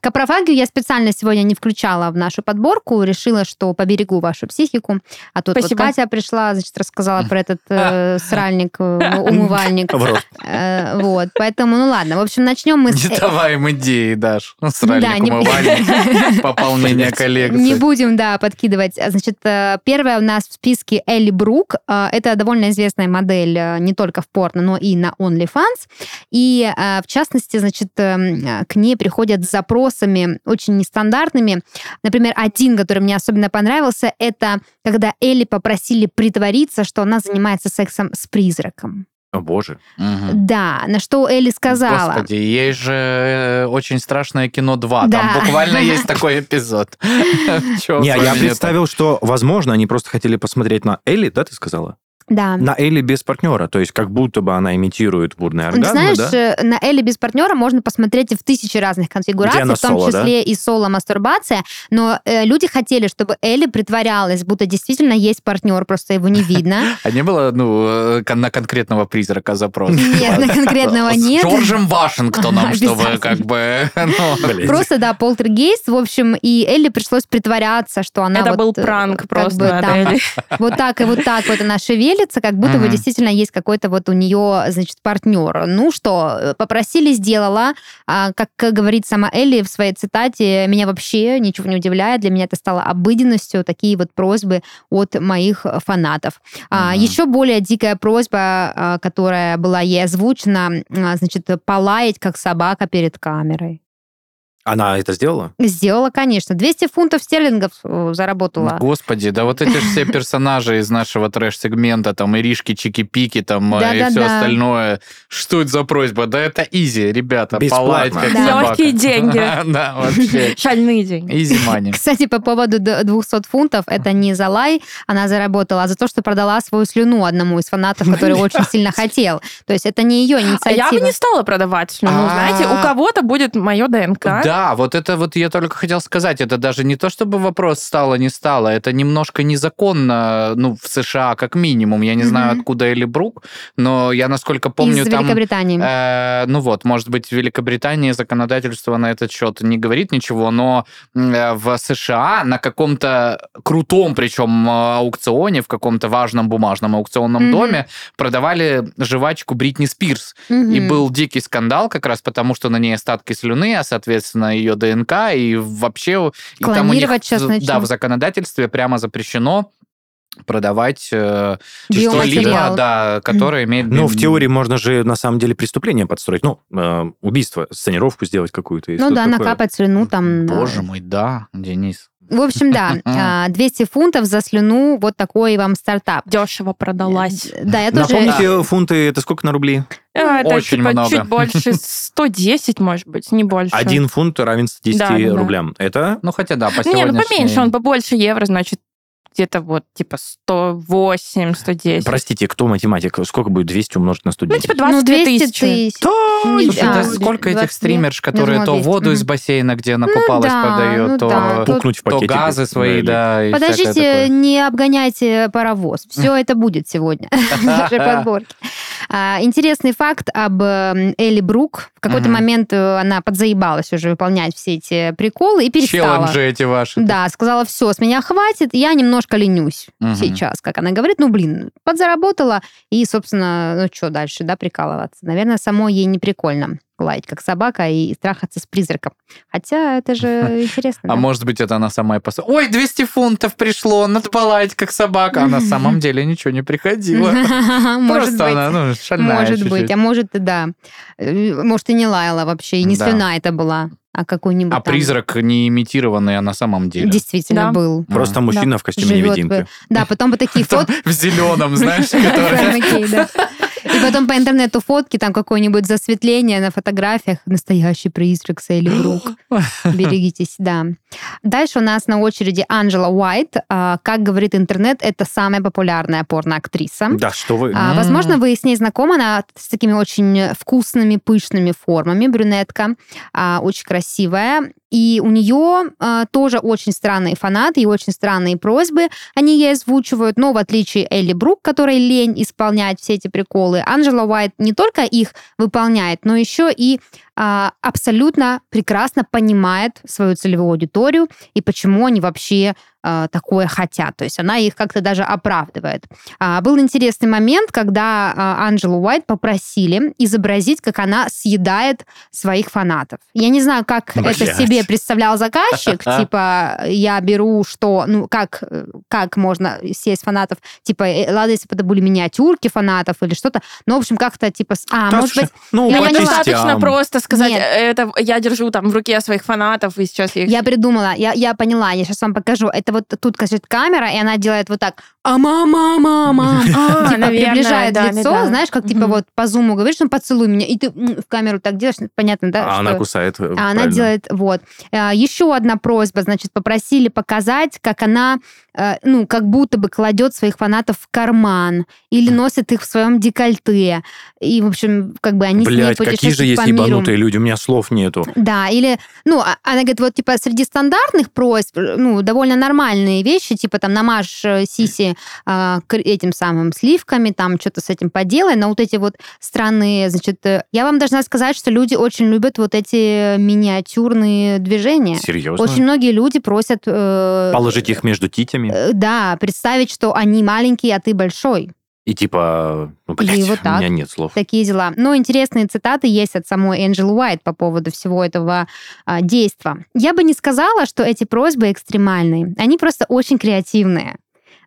[SPEAKER 1] Капрофагию я специально сегодня не включала в нашу подборку, решила, что поберегу вашу психику. А тут вот
[SPEAKER 3] Спасибо.
[SPEAKER 1] Катя пришла, значит, рассказала про этот э, сральник, э, умывальник.
[SPEAKER 4] В рот.
[SPEAKER 1] Э, Вот, поэтому, ну ладно. В общем, начнем мы с... э, Ну
[SPEAKER 2] Не давай им идеи, Даш. Сральник,
[SPEAKER 1] не-
[SPEAKER 2] умывальник, пополнение
[SPEAKER 1] Не
[SPEAKER 4] Блядь.
[SPEAKER 2] коллекции.
[SPEAKER 1] будем, да, подкидывать. А, Значит, э, первая у нас в списке Элли Брук. Э, Это довольно известная модель э, не только в порно, но и на OnlyFans. И, э, в частности, значит, эм, э, к ней приходят с запросами очень нестандартными. Например, один, который мне особенно понравился, это когда Элли попросили притвориться, что она занимается сексом с призраком.
[SPEAKER 4] О, боже.
[SPEAKER 2] Мгм.
[SPEAKER 1] Да, на что Элли сказала.
[SPEAKER 2] Господи, есть же э, очень страшное кино 2.
[SPEAKER 1] Да.
[SPEAKER 2] Там буквально есть такой эпизод. Чё
[SPEAKER 4] Не,
[SPEAKER 2] с
[SPEAKER 4] я
[SPEAKER 2] вами
[SPEAKER 4] представил, что, возможно, они просто хотели посмотреть на Элли, да, ты сказала?
[SPEAKER 1] Да.
[SPEAKER 4] На Элли без партнера, то есть как будто бы она имитирует бурные
[SPEAKER 1] Ну,
[SPEAKER 4] оргазмы,
[SPEAKER 1] Ты знаешь,
[SPEAKER 4] да?
[SPEAKER 1] э, на Элли без партнера можно посмотреть и в тысячи разных конфигураций,
[SPEAKER 4] она
[SPEAKER 1] в том
[SPEAKER 4] соло, да?
[SPEAKER 1] числе и соло-мастурбация, но э, люди хотели, чтобы Элли притворялась, будто действительно есть партнер, просто его не видно.
[SPEAKER 2] это? А не было ну, э, кон- на конкретного призрака запрос?
[SPEAKER 1] Нет, на конкретного
[SPEAKER 2] С
[SPEAKER 1] нет.
[SPEAKER 2] Джорджем Вашингтоном, чтобы как бы... ну,
[SPEAKER 4] Блин.
[SPEAKER 1] э, Просто, да, полтергейст, в общем, и Элли пришлось притворяться, что она
[SPEAKER 3] это
[SPEAKER 1] вот,
[SPEAKER 3] был
[SPEAKER 1] э,
[SPEAKER 3] пранк
[SPEAKER 1] как
[SPEAKER 3] просто.
[SPEAKER 1] бы
[SPEAKER 3] от
[SPEAKER 1] там
[SPEAKER 3] Эли.
[SPEAKER 1] Вот так и вот так вот она шевелится, как будто бы
[SPEAKER 2] Мгм.
[SPEAKER 1] действительно есть какой-то вот у нее, значит, партнер. Ну что, э, попросили, сделала. А, Как говорит сама Элли в своей цитате, меня вообще ничего не удивляет, для меня это стало обыденностью, такие вот просьбы от моих э, фанатов. А,
[SPEAKER 2] Мгм.
[SPEAKER 1] Еще более дикая просьба, а, которая была ей озвучена, а, значит, полаять, как собака перед камерой.
[SPEAKER 4] Она это сделала?
[SPEAKER 1] Сделала, конечно. 200 фунтов стерлингов э, заработала.
[SPEAKER 2] ну, Господи, да вот эти же все персонажи из нашего трэш-сегмента, там, Иришки, Чики-Пики, там, э, и
[SPEAKER 1] Да-да-да.
[SPEAKER 2] все остальное. Что это за просьба? Да это изи, ребята,
[SPEAKER 4] Бесплатно.
[SPEAKER 2] полаять как
[SPEAKER 1] Да.
[SPEAKER 2] собака.
[SPEAKER 3] Лёгкие деньги.
[SPEAKER 2] Да, вообще.
[SPEAKER 3] Шальные деньги.
[SPEAKER 2] Изи мани.
[SPEAKER 1] Кстати, по поводу д- 200 фунтов, это не за лай она заработала, а за то, что продала свою слюну одному из фанатов, который очень сильно хотел. То есть это не ее
[SPEAKER 3] А я бы
[SPEAKER 1] инициатива.
[SPEAKER 3] не стала продавать слюну,
[SPEAKER 2] А.
[SPEAKER 3] знаете, у кого-то будет мое ДНК.
[SPEAKER 2] Да, вот это вот я только хотел сказать. Это даже не то, чтобы вопрос стало, не стало. Это немножко незаконно, ну, в США как минимум. Я не знаю,
[SPEAKER 1] Мгм.
[SPEAKER 2] откуда Элли Брук, но я, насколько помню,
[SPEAKER 1] Из
[SPEAKER 2] там...
[SPEAKER 1] Великобритании.
[SPEAKER 2] э, ну вот, может быть, в Великобритании законодательство на этот счет не говорит ничего, но э, в США на каком-то крутом, причем э, аукционе, в каком-то важном бумажном аукционном
[SPEAKER 1] Мгм.
[SPEAKER 2] доме продавали жвачку Бритни Спирс. И
[SPEAKER 1] Мгм.
[SPEAKER 2] был дикий скандал как раз потому, что на ней остатки слюны, а, соответственно, ее ДНК, и вообще... и там у них
[SPEAKER 1] Клонировать сейчас
[SPEAKER 2] в- Да,
[SPEAKER 1] начнут.
[SPEAKER 2] в законодательстве прямо запрещено продавать э, что-либо,
[SPEAKER 1] Биоматериал.
[SPEAKER 2] да, которое имеет...
[SPEAKER 4] Ну, в теории можно же на самом деле преступление подстроить. Ну, э, убийство, сценировку сделать какую-то. и
[SPEAKER 1] Ну
[SPEAKER 4] что-то
[SPEAKER 1] да,
[SPEAKER 4] такое.
[SPEAKER 1] накапать слюну там. да.
[SPEAKER 2] Боже мой, да, Денис.
[SPEAKER 1] В общем, да, а, 200 фунтов за слюну, вот такой вам стартап.
[SPEAKER 3] Дешево продалась.
[SPEAKER 1] Да, я тоже... Э,
[SPEAKER 4] Напомните, фунты это сколько на рубли?
[SPEAKER 3] А, Это
[SPEAKER 2] Ну, Очень
[SPEAKER 3] типа
[SPEAKER 2] много.
[SPEAKER 3] чуть больше 110, может быть, не больше.
[SPEAKER 4] Один фунт равен 110
[SPEAKER 3] Да, да, да.
[SPEAKER 4] рублям. Это
[SPEAKER 2] Ну, хотя да, по
[SPEAKER 3] Не, ну
[SPEAKER 2] сегодняшней-
[SPEAKER 3] поменьше, он побольше евро, значит, где-то вот типа 108, 110.
[SPEAKER 4] Простите, кто математик? Сколько будет 200 умножить на
[SPEAKER 3] Ну,
[SPEAKER 4] 110?
[SPEAKER 3] типа 22 тысячи.
[SPEAKER 1] тысяч. Слушай,
[SPEAKER 2] Да,
[SPEAKER 1] а,
[SPEAKER 2] сколько этих
[SPEAKER 1] 22?
[SPEAKER 2] стримерш, которые
[SPEAKER 1] думала,
[SPEAKER 2] то
[SPEAKER 1] 200,
[SPEAKER 2] воду из
[SPEAKER 1] мгм. Ну
[SPEAKER 2] бассейна, где она попалась,
[SPEAKER 1] да,
[SPEAKER 2] продает,
[SPEAKER 1] ну
[SPEAKER 2] то,
[SPEAKER 1] да, тут-
[SPEAKER 4] Пукнуть в
[SPEAKER 2] то
[SPEAKER 4] пакетик.
[SPEAKER 2] газы свои,
[SPEAKER 4] Или-
[SPEAKER 2] да, и всякое
[SPEAKER 1] Подождите,
[SPEAKER 2] такое.
[SPEAKER 1] не обгоняйте паровоз. Все это будет сегодня в нашей подборке. А, Интересный факт об э, Элли Брук. В какой-то
[SPEAKER 2] Мгм.
[SPEAKER 1] момент э, она подзаебалась уже выполнять все эти приколы и перестала.
[SPEAKER 2] Челленджи эти ваши.
[SPEAKER 1] Да, сказала, все, с меня хватит, я немножко ленюсь
[SPEAKER 2] Мгм.
[SPEAKER 1] сейчас, как она говорит. Ну, блин, подзаработала, и, собственно, ну что дальше, да, прикалываться. Наверное, самой ей не прикольно лаять, как собака, и страхаться с призраком. Хотя это же интересно.
[SPEAKER 2] А
[SPEAKER 1] да.
[SPEAKER 2] может быть, это она сама и пос... Ой, 200 фунтов пришло, надо полаять, как собака. А на самом деле ничего не приходило.
[SPEAKER 1] Может
[SPEAKER 2] Просто
[SPEAKER 1] быть.
[SPEAKER 2] она, ну, шальная
[SPEAKER 1] Может быть,
[SPEAKER 2] чуть-чуть.
[SPEAKER 1] а может и да. Э, Может, и не лаяла вообще, и не
[SPEAKER 2] Да.
[SPEAKER 1] слюна это была, а какой-нибудь
[SPEAKER 2] А
[SPEAKER 1] там.
[SPEAKER 2] призрак не имитированный, а на самом деле.
[SPEAKER 1] Действительно
[SPEAKER 3] Да.
[SPEAKER 1] был.
[SPEAKER 4] Просто мужчина в костюме
[SPEAKER 1] Живет
[SPEAKER 4] невидимки.
[SPEAKER 1] бы. Да, потом бы такие
[SPEAKER 2] Там
[SPEAKER 1] фотки.
[SPEAKER 2] в зеленом, знаешь, который...
[SPEAKER 1] Прям окей, да. И потом по интернету фотки, там какое-нибудь засветление на фотографиях. Настоящий призрак с Элли Брук. Берегитесь, да. Дальше у нас на очереди Анджела Уайт. А, Как говорит интернет, это самая популярная порноактриса.
[SPEAKER 4] Да, что вы?
[SPEAKER 1] А,
[SPEAKER 2] М.
[SPEAKER 1] Возможно, вы с ней знакомы. Она с такими очень вкусными, пышными формами. Брюнетка. а, Очень красивая. И у нее а, тоже очень странные фанаты и очень странные просьбы. Они ей озвучивают. Но в отличие Элли Брук, которой лень исполнять все эти приколы, Анджела Уайт не только их выполняет, но еще и а, абсолютно прекрасно понимает свою целевую аудиторию и почему они вообще а, такое хотят. То есть она их как-то даже оправдывает. А, Был интересный момент, когда а, Анджелу Уайт попросили изобразить, как она съедает своих фанатов. Я не знаю, как это
[SPEAKER 4] Блядь.
[SPEAKER 1] себе представлял заказчик, типа я беру что, ну как э, как можно съесть фанатов, типа э, ладно, если бы это были миниатюрки фанатов или что-то, но в общем как-то типа, с- а
[SPEAKER 4] Да,
[SPEAKER 1] может быть
[SPEAKER 4] слушай, ну,
[SPEAKER 1] я
[SPEAKER 4] по
[SPEAKER 1] не
[SPEAKER 3] Мне
[SPEAKER 1] поняла.
[SPEAKER 3] достаточно
[SPEAKER 4] частям.
[SPEAKER 3] просто сказать,
[SPEAKER 1] Нет.
[SPEAKER 3] это я держу там в руке своих фанатов, и сейчас я их...
[SPEAKER 1] Я придумала, я, я поняла, я сейчас вам покажу. Это вот тут, конечно, камера, и она делает вот так. А мама, мама.
[SPEAKER 3] А,
[SPEAKER 1] Типа
[SPEAKER 3] наверное,
[SPEAKER 1] приближает
[SPEAKER 3] да,
[SPEAKER 1] лицо,
[SPEAKER 3] да.
[SPEAKER 1] знаешь, как типа
[SPEAKER 3] Мгм.
[SPEAKER 1] вот по зуму говоришь, ну поцелуй меня, и ты м, в камеру так делаешь, ну, понятно, да?
[SPEAKER 4] А она
[SPEAKER 1] что-
[SPEAKER 4] кусает. э,
[SPEAKER 1] а она
[SPEAKER 4] правильно.
[SPEAKER 1] делает вот. А, Еще одна просьба, значит, попросили показать, как она, э, ну, как будто бы кладет своих фанатов в карман или носит их в своем декольте. И, в общем, как бы они с ней
[SPEAKER 4] Блять, какие же
[SPEAKER 1] путешествуют
[SPEAKER 4] есть
[SPEAKER 1] по миру.
[SPEAKER 4] ебанутые люди, у меня слов нету.
[SPEAKER 1] Да, или, ну, а- она говорит, вот, типа, среди стандартных просьб, э, ну, довольно нормальные вещи, типа, там, намажь э, сиси э, кр- этим самым сливками, там, что-то с этим поделай, но вот эти вот странные, значит, э, я вам должна сказать, что люди очень любят вот эти миниатюрные движения.
[SPEAKER 4] Серьезно?
[SPEAKER 1] Очень многие люди просят... э,
[SPEAKER 4] Положить их между титями
[SPEAKER 1] э, Да, представить, что они маленькие, а ты большой.
[SPEAKER 4] и типа, ну,
[SPEAKER 1] И
[SPEAKER 4] блядь,
[SPEAKER 1] вот
[SPEAKER 4] у
[SPEAKER 1] так.
[SPEAKER 4] меня нет слов.
[SPEAKER 1] Такие дела. Но интересные цитаты есть от самой Энджел Уайт по поводу всего этого а, действа. Я бы не сказала, что эти просьбы экстремальные. Они просто очень креативные.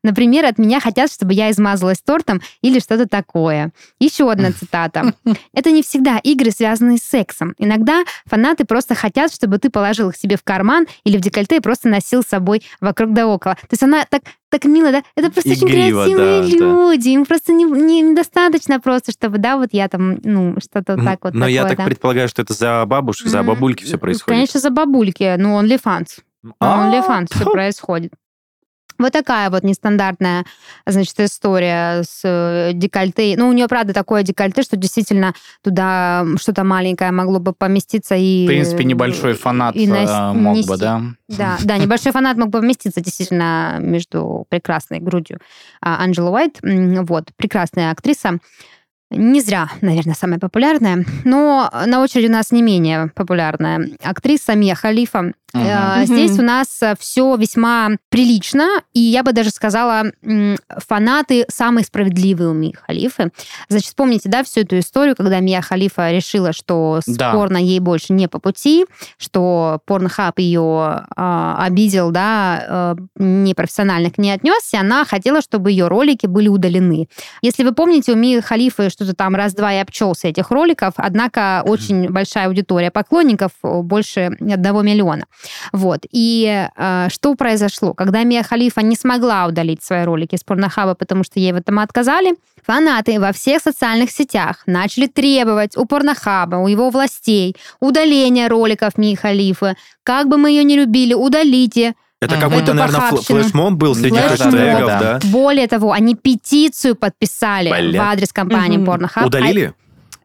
[SPEAKER 1] Например, от меня хотят, чтобы я измазалась тортом или что-то такое. Еще одна цитата. Это не всегда игры, связанные с сексом. Иногда фанаты просто хотят, чтобы ты положил их себе в карман или в декольте и просто носил с собой вокруг да около. То есть она так так мило, да? Это просто
[SPEAKER 4] Игриво,
[SPEAKER 1] очень красивые
[SPEAKER 4] да,
[SPEAKER 1] люди. Им просто не- не- недостаточно просто, чтобы, да, вот я там, ну, что-то вот
[SPEAKER 4] М,
[SPEAKER 1] так вот.
[SPEAKER 4] Но я
[SPEAKER 1] такое,
[SPEAKER 4] так
[SPEAKER 1] да.
[SPEAKER 4] предполагаю, что это за бабушек, за
[SPEAKER 1] М,
[SPEAKER 4] бабульки все происходит.
[SPEAKER 1] Конечно, за бабульки. Ну, OnlyFans.
[SPEAKER 4] А,
[SPEAKER 1] На OnlyFans все
[SPEAKER 4] тьфу.
[SPEAKER 1] происходит. Вот такая вот нестандартная, значит, история с э, декольте. Ну, у нее, правда, такое декольте, что действительно туда что-то маленькое могло бы поместиться и... э,
[SPEAKER 2] В принципе, небольшой фанат
[SPEAKER 1] и нас-
[SPEAKER 2] э, мог бы,
[SPEAKER 1] нести.
[SPEAKER 2] да?
[SPEAKER 1] Да, да, небольшой фанат мог бы вместиться действительно между прекрасной грудью а, Анджелы Уайт. М, Вот, прекрасная актриса. Не зря, наверное, самая популярная. Но на очереди у нас не менее популярная актриса Мия Халифа.
[SPEAKER 2] Мгм.
[SPEAKER 1] Э,
[SPEAKER 3] Мгм.
[SPEAKER 1] Здесь у нас все весьма прилично, и я бы даже сказала, м, фанаты самые справедливые у Мии Халифы. Значит, помните, да, всю эту историю, когда Мия Халифа решила, что с
[SPEAKER 2] Да.
[SPEAKER 1] порно ей больше не по пути, что порнхаб ее а, обидел, да, э, непрофессионально к ней отнесся, она хотела, чтобы ее ролики были удалены. Если вы помните, у Мии Халифы что-то там раз-два и обчелся этих роликов, однако очень большая аудитория поклонников, э, больше одного миллиона. Вот. И э, что произошло? Когда Мия Халифа не смогла удалить свои ролики с порнохаба, потому что ей в этом отказали, фанаты во всех социальных сетях начали требовать у порнохаба, у его властей удаления роликов Мии Халифы. Как бы мы ее не любили, удалите.
[SPEAKER 4] Это
[SPEAKER 2] Мгм.
[SPEAKER 4] какой-то,
[SPEAKER 1] Эту
[SPEAKER 4] наверное, фл-
[SPEAKER 1] похабщину.
[SPEAKER 4] флешмоб был среди
[SPEAKER 1] Флешмоб.
[SPEAKER 4] хэштегов, да?
[SPEAKER 1] Более того, они петицию подписали
[SPEAKER 4] Бля.
[SPEAKER 1] в адрес компании
[SPEAKER 3] Мгм.
[SPEAKER 1] Порнохаб.
[SPEAKER 4] Удалили?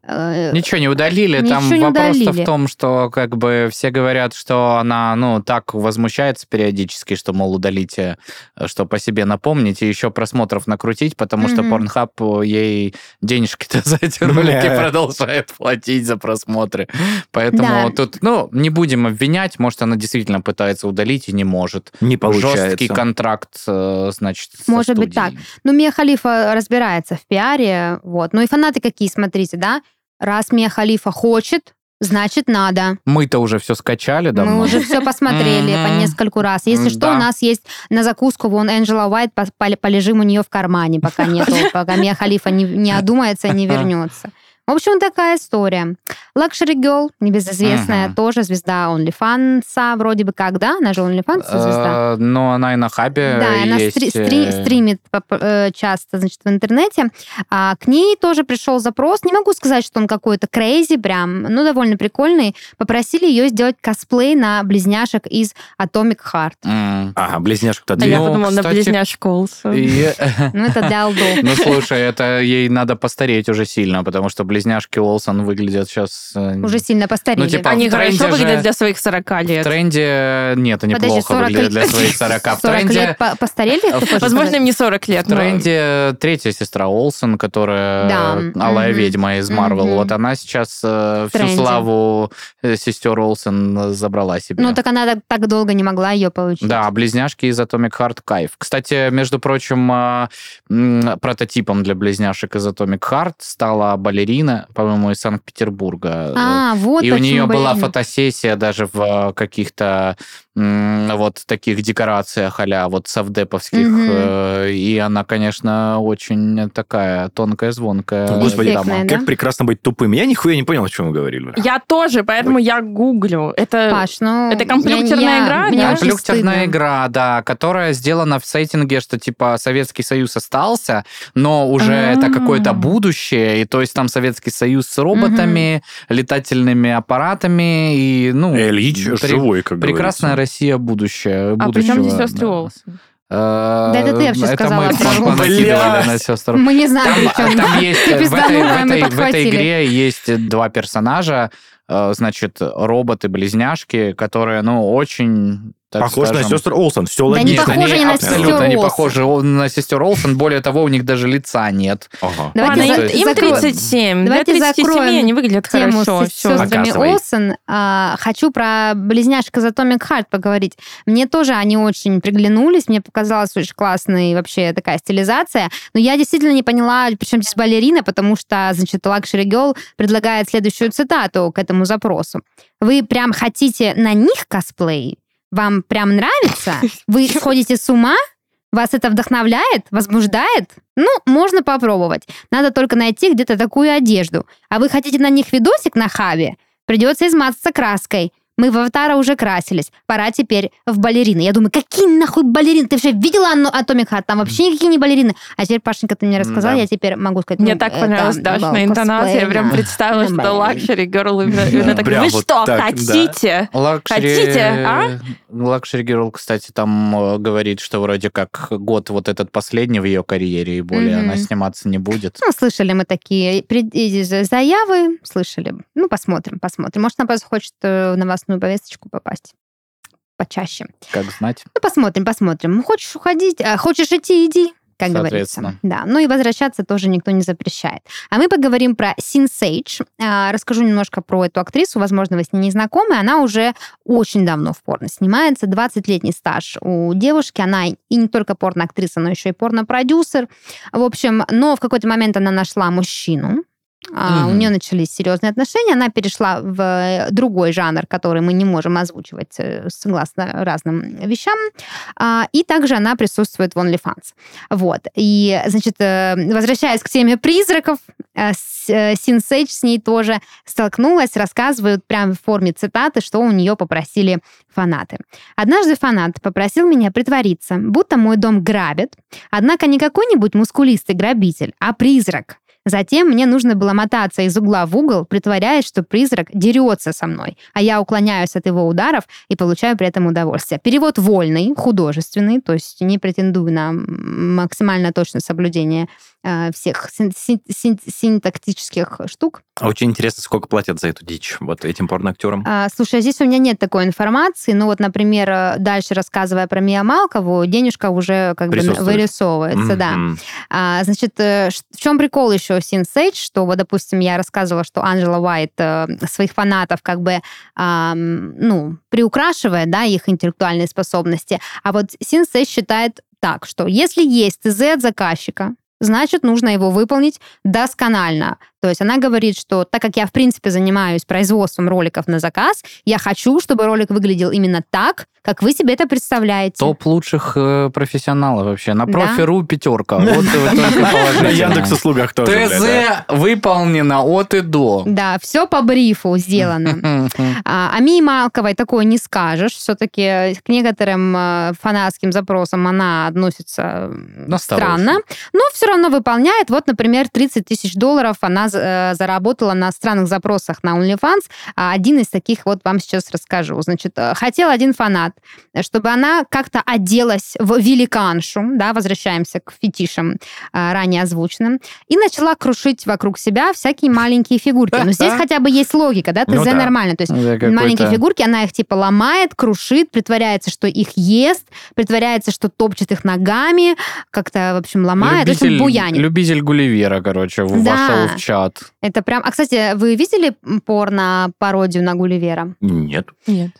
[SPEAKER 1] Э,
[SPEAKER 2] Ничего не удалили.
[SPEAKER 1] Ничего
[SPEAKER 2] Там
[SPEAKER 1] не
[SPEAKER 2] вопрос
[SPEAKER 1] удалили.
[SPEAKER 2] в том, что как бы все говорят, что она, ну, так возмущается периодически, что, мол, удалите, э, что по себе напомните, еще просмотров накрутить, потому что
[SPEAKER 1] Мгм.
[SPEAKER 2] Порнхаб э, ей денежки-то за эти ролики продолжает платить за просмотры. Поэтому
[SPEAKER 1] Да.
[SPEAKER 2] тут, ну, не будем обвинять, может, она действительно пытается удалить и не может.
[SPEAKER 4] Не
[SPEAKER 2] Жесткий
[SPEAKER 4] получается.
[SPEAKER 2] контракт, э, значит, со
[SPEAKER 1] Может быть,
[SPEAKER 2] студией.
[SPEAKER 1] Ну, Мия Халифа разбирается в пиаре, вот. Ну и фанаты какие, смотрите, да? Раз Мия Халифа хочет, значит, надо.
[SPEAKER 2] Мы-то уже все скачали давно.
[SPEAKER 1] Мы Ну, уже все посмотрели по
[SPEAKER 2] Мгм.
[SPEAKER 1] нескольку раз. Если что,
[SPEAKER 2] Да.
[SPEAKER 1] у нас есть на закуску вон Энджела Уайт, пос- пол- полежим у нее в кармане, пока нету, пока Мия Халифа не, не одумается и не вернется. В общем, такая история. Лакшери Girl, небезызвестная,
[SPEAKER 2] Мгм.
[SPEAKER 1] тоже звезда OnlyFans, вроде бы как, да? Она же OnlyFans звезда.
[SPEAKER 2] Э, Но она и на хабе
[SPEAKER 1] Да, и она
[SPEAKER 2] есть,
[SPEAKER 1] стри-
[SPEAKER 2] э,
[SPEAKER 1] стри- стримит поп- э, часто, значит, в интернете. А к ней тоже пришел запрос. Не могу сказать, что он какой-то крейзи, прям, ну, довольно прикольный. Попросили ее сделать косплей на близняшек из Atomic Heart.
[SPEAKER 2] М.
[SPEAKER 4] Ага, близняшку-то
[SPEAKER 3] А я
[SPEAKER 2] Ну,
[SPEAKER 3] подумала, на
[SPEAKER 2] кстати,
[SPEAKER 3] близняшку Олсу.
[SPEAKER 2] И-
[SPEAKER 1] Ну, это для алдов.
[SPEAKER 2] Ну, слушай, это ей надо постареть уже сильно, потому что близняшки Олсон выглядят сейчас...
[SPEAKER 1] Уже сильно постарели.
[SPEAKER 2] Ну, типа,
[SPEAKER 3] Они
[SPEAKER 2] в тренде
[SPEAKER 3] хорошо
[SPEAKER 2] же-
[SPEAKER 3] выглядят для своих 40
[SPEAKER 2] В
[SPEAKER 3] лет.
[SPEAKER 2] тренде... Нет, они
[SPEAKER 1] Подожди,
[SPEAKER 2] плохо
[SPEAKER 1] 40
[SPEAKER 2] выглядят для
[SPEAKER 1] лет-
[SPEAKER 2] своих 40. В
[SPEAKER 1] 40
[SPEAKER 2] тренде...
[SPEAKER 1] лет по- постарели, ты хочешь
[SPEAKER 3] Возможно,
[SPEAKER 1] сказать?
[SPEAKER 3] им не 40 лет,
[SPEAKER 2] В
[SPEAKER 3] но-
[SPEAKER 2] тренде третья сестра Олсен, которая
[SPEAKER 1] Да,
[SPEAKER 2] алая
[SPEAKER 1] мгм,
[SPEAKER 2] ведьма из Марвел.
[SPEAKER 1] мгм.
[SPEAKER 2] Вот она сейчас э, всю
[SPEAKER 1] тренде.
[SPEAKER 2] славу э, сестер Олсен забрала себе.
[SPEAKER 1] Ну, так она так- так долго не могла ее получить.
[SPEAKER 2] Да, близняшки из Atomic Heart кайф. Кстати, между прочим, а, м, прототипом для близняшек из Atomic Heart стала балерина, по-моему, из Санкт-Петербурга.
[SPEAKER 1] А, вот
[SPEAKER 2] И у
[SPEAKER 1] почему
[SPEAKER 2] нее была
[SPEAKER 1] балерина.
[SPEAKER 2] фотосессия даже в э, каких-то м, вот таких декорациях а вот совдеповских.
[SPEAKER 1] Мгм.
[SPEAKER 2] э, И она, конечно, очень такая тонкая, звонкая.
[SPEAKER 4] О, Господи,
[SPEAKER 1] Эффектная, да?
[SPEAKER 4] Как прекрасно быть тупым. Я нихуя не понял, о чем вы говорили.
[SPEAKER 3] Я тоже, поэтому я гуглю. Это
[SPEAKER 1] Паш, ну...
[SPEAKER 3] Это
[SPEAKER 1] я-
[SPEAKER 3] компьютерная
[SPEAKER 1] я-
[SPEAKER 3] игра,
[SPEAKER 1] мне
[SPEAKER 3] да?
[SPEAKER 1] очень
[SPEAKER 2] Комплюктерная
[SPEAKER 1] стыдно.
[SPEAKER 2] а игра, да, которая сделана в сеттинге, что типа Советский Союз остался, но уже
[SPEAKER 3] А.
[SPEAKER 2] это какое-то будущее, и то есть там Советский Союз с роботами, летательными аппаратами и ну
[SPEAKER 4] Э, Ильич
[SPEAKER 2] пре-
[SPEAKER 4] живой, как
[SPEAKER 2] прекрасная Россия будущее.
[SPEAKER 3] А при чем здесь
[SPEAKER 2] будущего,
[SPEAKER 3] сестры
[SPEAKER 2] да.
[SPEAKER 3] Олсен?
[SPEAKER 2] Э,
[SPEAKER 1] Да это ты вообще
[SPEAKER 2] это
[SPEAKER 1] сказала
[SPEAKER 2] мы
[SPEAKER 1] про
[SPEAKER 2] просто
[SPEAKER 1] роботов.
[SPEAKER 2] накидывали
[SPEAKER 4] Блядь.
[SPEAKER 2] на сестер.
[SPEAKER 1] Мы не знаем,
[SPEAKER 2] Там,
[SPEAKER 1] при чем.
[SPEAKER 2] там есть э, в
[SPEAKER 1] Ты
[SPEAKER 2] этой,
[SPEAKER 1] пизданула,
[SPEAKER 2] в
[SPEAKER 1] мы
[SPEAKER 2] этой- в этой
[SPEAKER 1] подхватили.
[SPEAKER 2] игре есть два персонажа, э, значит, роботы-близняшки, которые, ну, очень... так
[SPEAKER 4] Похож на
[SPEAKER 2] скажем,
[SPEAKER 4] сестер Олсен. Все
[SPEAKER 1] Да не
[SPEAKER 4] логично.
[SPEAKER 1] похожи они на
[SPEAKER 2] абсолютно
[SPEAKER 1] сестер
[SPEAKER 2] не
[SPEAKER 1] Олсен.
[SPEAKER 2] похожи о- на сестер Олсен. Более того, у них даже лица нет.
[SPEAKER 4] Ага.
[SPEAKER 1] Давайте
[SPEAKER 3] Ладно,
[SPEAKER 1] за-
[SPEAKER 3] им- им
[SPEAKER 1] закроем.
[SPEAKER 3] 37. Для
[SPEAKER 1] Давайте
[SPEAKER 3] 37
[SPEAKER 1] закроем
[SPEAKER 3] они выглядят
[SPEAKER 1] тему
[SPEAKER 3] хорошо.
[SPEAKER 1] с
[SPEAKER 3] всё.
[SPEAKER 1] сестрами
[SPEAKER 4] Показывай.
[SPEAKER 1] Олсен. А, хочу про близняшек из Atomic Heart поговорить. Мне тоже они очень приглянулись. Мне показалась очень классная вообще такая стилизация. Но я действительно не поняла, причем здесь балерина, потому что, значит, Luxury Girl предлагает следующую цитату к этому запросу. Вы прям хотите на них косплей? Вам прям нравится? Вы сходите с ума? Вас это вдохновляет? Возбуждает? Ну, можно попробовать. Надо только найти где-то такую одежду. А вы хотите на них видосик на хабе? Придется измазаться краской. Мы в аватара уже красились. Пора теперь в балерины. Я думаю, какие нахуй балерины? Ты вообще видела Анну Атомик Хат? Там вообще никакие не балерины. А теперь, Пашенька, ты мне рассказала,
[SPEAKER 2] Да.
[SPEAKER 1] я теперь могу сказать.
[SPEAKER 3] Мне
[SPEAKER 1] ну,
[SPEAKER 3] так
[SPEAKER 1] э,
[SPEAKER 3] понравилась
[SPEAKER 1] там
[SPEAKER 3] Дашина
[SPEAKER 1] было
[SPEAKER 3] интонация. Я
[SPEAKER 1] косплей
[SPEAKER 3] прям
[SPEAKER 1] на-
[SPEAKER 3] представила,
[SPEAKER 1] на
[SPEAKER 3] что
[SPEAKER 1] балерин.
[SPEAKER 3] лакшери герл. и Она такая,
[SPEAKER 4] Прям
[SPEAKER 3] вы
[SPEAKER 4] вот
[SPEAKER 3] что,
[SPEAKER 4] так, да.
[SPEAKER 3] хотите?
[SPEAKER 2] Лакшери...
[SPEAKER 3] Хотите, а?
[SPEAKER 2] Лакшери Герл, кстати, там э, говорит, что вроде как год вот этот последний в ее карьере, и более
[SPEAKER 1] Мгм.
[SPEAKER 2] она сниматься не будет.
[SPEAKER 1] Ну, слышали мы такие пред- эти же заявы, слышали. Ну, посмотрим, посмотрим. Может, она просто хочет э, в новостную повесточку попасть почаще.
[SPEAKER 2] Как знать.
[SPEAKER 1] Ну, посмотрим, посмотрим. Хочешь уходить, а, хочешь идти, иди, как
[SPEAKER 2] Соответственно.
[SPEAKER 1] говорится. Да, ну и возвращаться тоже никто не запрещает. А мы поговорим про Син Сейдж. А, Расскажу немножко про эту актрису, возможно, вы с ней не знакомы. Она уже очень давно в порно снимается, 20-летний стаж у девушки. Она и не только порно-актриса, но еще и порно-продюсер. В общем, но в какой-то момент она нашла мужчину, а, У
[SPEAKER 2] Мгм.
[SPEAKER 1] нее начались серьезные отношения, она перешла в э, другой жанр, который мы не можем озвучивать э, согласно разным вещам. А, И также она присутствует в OnlyFans. Вот. И, значит, э, возвращаясь к теме призраков, э, с- э, Син Сейдж с ней тоже столкнулась, рассказывают прямо в форме цитаты, что у нее попросили фанаты. «Однажды фанат попросил меня притвориться, будто мой дом грабят, однако не какой-нибудь мускулистый грабитель, а призрак». Затем мне нужно было мотаться из угла в угол, притворяясь, что призрак дерется со мной, а я уклоняюсь от его ударов и получаю при этом удовольствие. Перевод вольный, художественный, то есть не претендую на м, максимально точное соблюдение э, всех син- син- син- синтактических штук.
[SPEAKER 4] Очень интересно, сколько платят за эту дичь вот этим порноактерам.
[SPEAKER 1] А, Слушай, а здесь у меня нет такой информации. Ну вот, например, э, дальше рассказывая про Мия Малкову, денежка уже как бы на-
[SPEAKER 4] Присутствует.
[SPEAKER 1] вырисовывается, да.
[SPEAKER 4] Мгм.
[SPEAKER 1] А, значит, э, ш- в чем прикол еще Син Сейдж, что вот, допустим, я рассказывала, что Анжела Уайт э, своих фанатов как бы, ам, ну, приукрашивает, да, их интеллектуальные способности. А вот Син Сейдж считает так, что если есть ТЗ от заказчика, значит, нужно его выполнить досконально. То есть она говорит, что так как я, в принципе, занимаюсь производством роликов на заказ, я хочу, чтобы ролик выглядел именно так, как вы себе это представляете.
[SPEAKER 2] Топ лучших э, профессионалов вообще. На
[SPEAKER 1] Да.
[SPEAKER 2] профи.ру пятерка. Вот и вы только
[SPEAKER 4] А, На
[SPEAKER 2] положительное.
[SPEAKER 4] Яндекс-услугах тоже, блядь, да.
[SPEAKER 2] ТЗ выполнено от и до.
[SPEAKER 1] Да, все по брифу сделано. А, о Мии Малковой такое не скажешь. Все-таки к некоторым э, фанатским запросам она относится э,
[SPEAKER 2] Осторожно.
[SPEAKER 1] странно, но все равно выполняет. Вот, например, 30 тысяч долларов она э, заработала на странных запросах на OnlyFans. А Один из таких вот вам сейчас расскажу. Значит, э, хотел один фанат, э, чтобы она как-то оделась в великаншу, да, возвращаемся к фетишам э, ранее озвученным, и начала крушить вокруг себя всякие маленькие фигурки. Но здесь хотя бы есть логика, да, ты
[SPEAKER 4] Ну
[SPEAKER 1] за
[SPEAKER 4] да.
[SPEAKER 1] нормально. То есть
[SPEAKER 2] Да, какой-то-
[SPEAKER 1] маленькие фигурки, она их типа ломает, крушит, притворяется, что их ест, притворяется, что топчет их ногами, как-то, в общем, ломает, в общем,
[SPEAKER 2] Любитель,
[SPEAKER 1] буянит.
[SPEAKER 2] любитель Гулливера, короче, в-
[SPEAKER 1] Да.
[SPEAKER 2] вошел в чат.
[SPEAKER 1] Это прям... А, кстати, вы видели порно-пародию на Гулливера?
[SPEAKER 4] Нет.
[SPEAKER 3] Нет.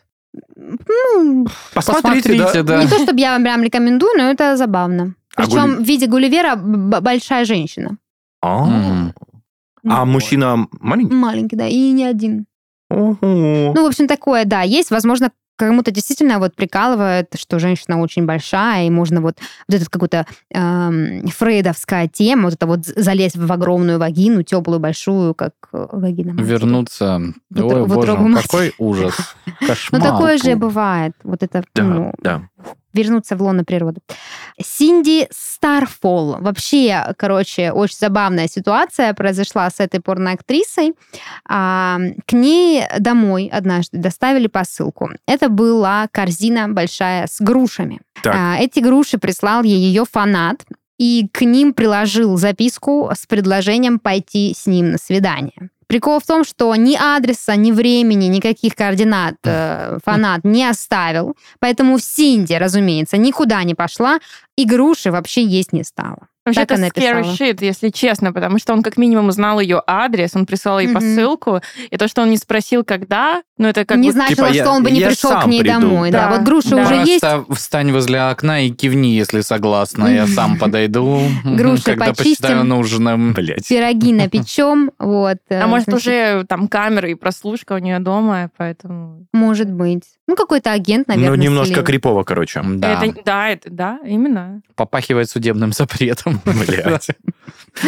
[SPEAKER 1] Ну,
[SPEAKER 2] Посмотрите, да.
[SPEAKER 1] не то, чтобы я вам прям рекомендую, но это забавно.
[SPEAKER 4] А
[SPEAKER 1] Причем
[SPEAKER 4] Гулли-
[SPEAKER 1] в виде Гулливера б- большая женщина.
[SPEAKER 4] А
[SPEAKER 2] М.
[SPEAKER 4] А мужчина маленький?
[SPEAKER 1] Маленький, да, и не один.
[SPEAKER 4] Ого.
[SPEAKER 1] Ну, в общем, такое, да, есть. Возможно, кому-то действительно вот прикалывает, что женщина очень большая, и можно вот, вот эта какая-то эм, фрейдовская тема, вот это вот залезть в огромную вагину, теплую, большую, как э, вагина. матери.
[SPEAKER 2] Вернуться.
[SPEAKER 1] В
[SPEAKER 2] Ой,
[SPEAKER 1] утро- в
[SPEAKER 2] боже,
[SPEAKER 1] утробу
[SPEAKER 2] мой,
[SPEAKER 1] матери.
[SPEAKER 2] какой ужас.
[SPEAKER 1] Ну,
[SPEAKER 2] Кошмар.
[SPEAKER 1] такое же бывает. Вот это,
[SPEAKER 4] Да,
[SPEAKER 1] ну,
[SPEAKER 4] да.
[SPEAKER 1] вернуться в лоно природы. Синди Старфол. Вообще, короче, очень забавная ситуация произошла с этой порноактрисой. А, к ней домой однажды доставили посылку. Это была корзина большая с грушами.
[SPEAKER 4] Так.
[SPEAKER 1] А, эти груши прислал ей ее фанат. И к ним приложил записку с предложением пойти с ним на свидание. Прикол в том, что ни адреса, ни времени, никаких координат э, фанат не оставил. Поэтому Синди, разумеется, никуда не пошла, и груши вообще есть не стало.
[SPEAKER 3] Вообще,
[SPEAKER 1] Так
[SPEAKER 3] это
[SPEAKER 1] она
[SPEAKER 3] scary
[SPEAKER 1] писала.
[SPEAKER 3] shit, если честно, потому что он как минимум знал ее адрес, он прислал ей
[SPEAKER 1] Мгм.
[SPEAKER 3] посылку, и то, что он не спросил, когда, ну, это как
[SPEAKER 1] не
[SPEAKER 3] бы...
[SPEAKER 1] значило,
[SPEAKER 4] типа, я-
[SPEAKER 1] что он бы не
[SPEAKER 4] я
[SPEAKER 1] пришел
[SPEAKER 4] сам
[SPEAKER 1] к ней
[SPEAKER 4] приду.
[SPEAKER 1] домой. Да.
[SPEAKER 3] Да.
[SPEAKER 1] вот груши
[SPEAKER 3] Да.
[SPEAKER 1] уже есть.
[SPEAKER 2] Просто встань возле окна и кивни, если согласна. Я сам подойду,
[SPEAKER 1] Груши
[SPEAKER 2] когда
[SPEAKER 1] почистим.
[SPEAKER 2] посчитаю нужным.
[SPEAKER 4] Блять.
[SPEAKER 1] Пироги напечем, вот. э,
[SPEAKER 3] А может,
[SPEAKER 1] значит,
[SPEAKER 3] уже там камеры и прослушка у нее дома, поэтому...
[SPEAKER 1] Может быть. Ну, какой-то агент, наверное,
[SPEAKER 4] Ну, немножко
[SPEAKER 1] слил.
[SPEAKER 4] крипово, короче.
[SPEAKER 2] Да.
[SPEAKER 3] Это, да, это, да, именно. да.
[SPEAKER 2] Попахивает судебным запретом.
[SPEAKER 4] Блядь.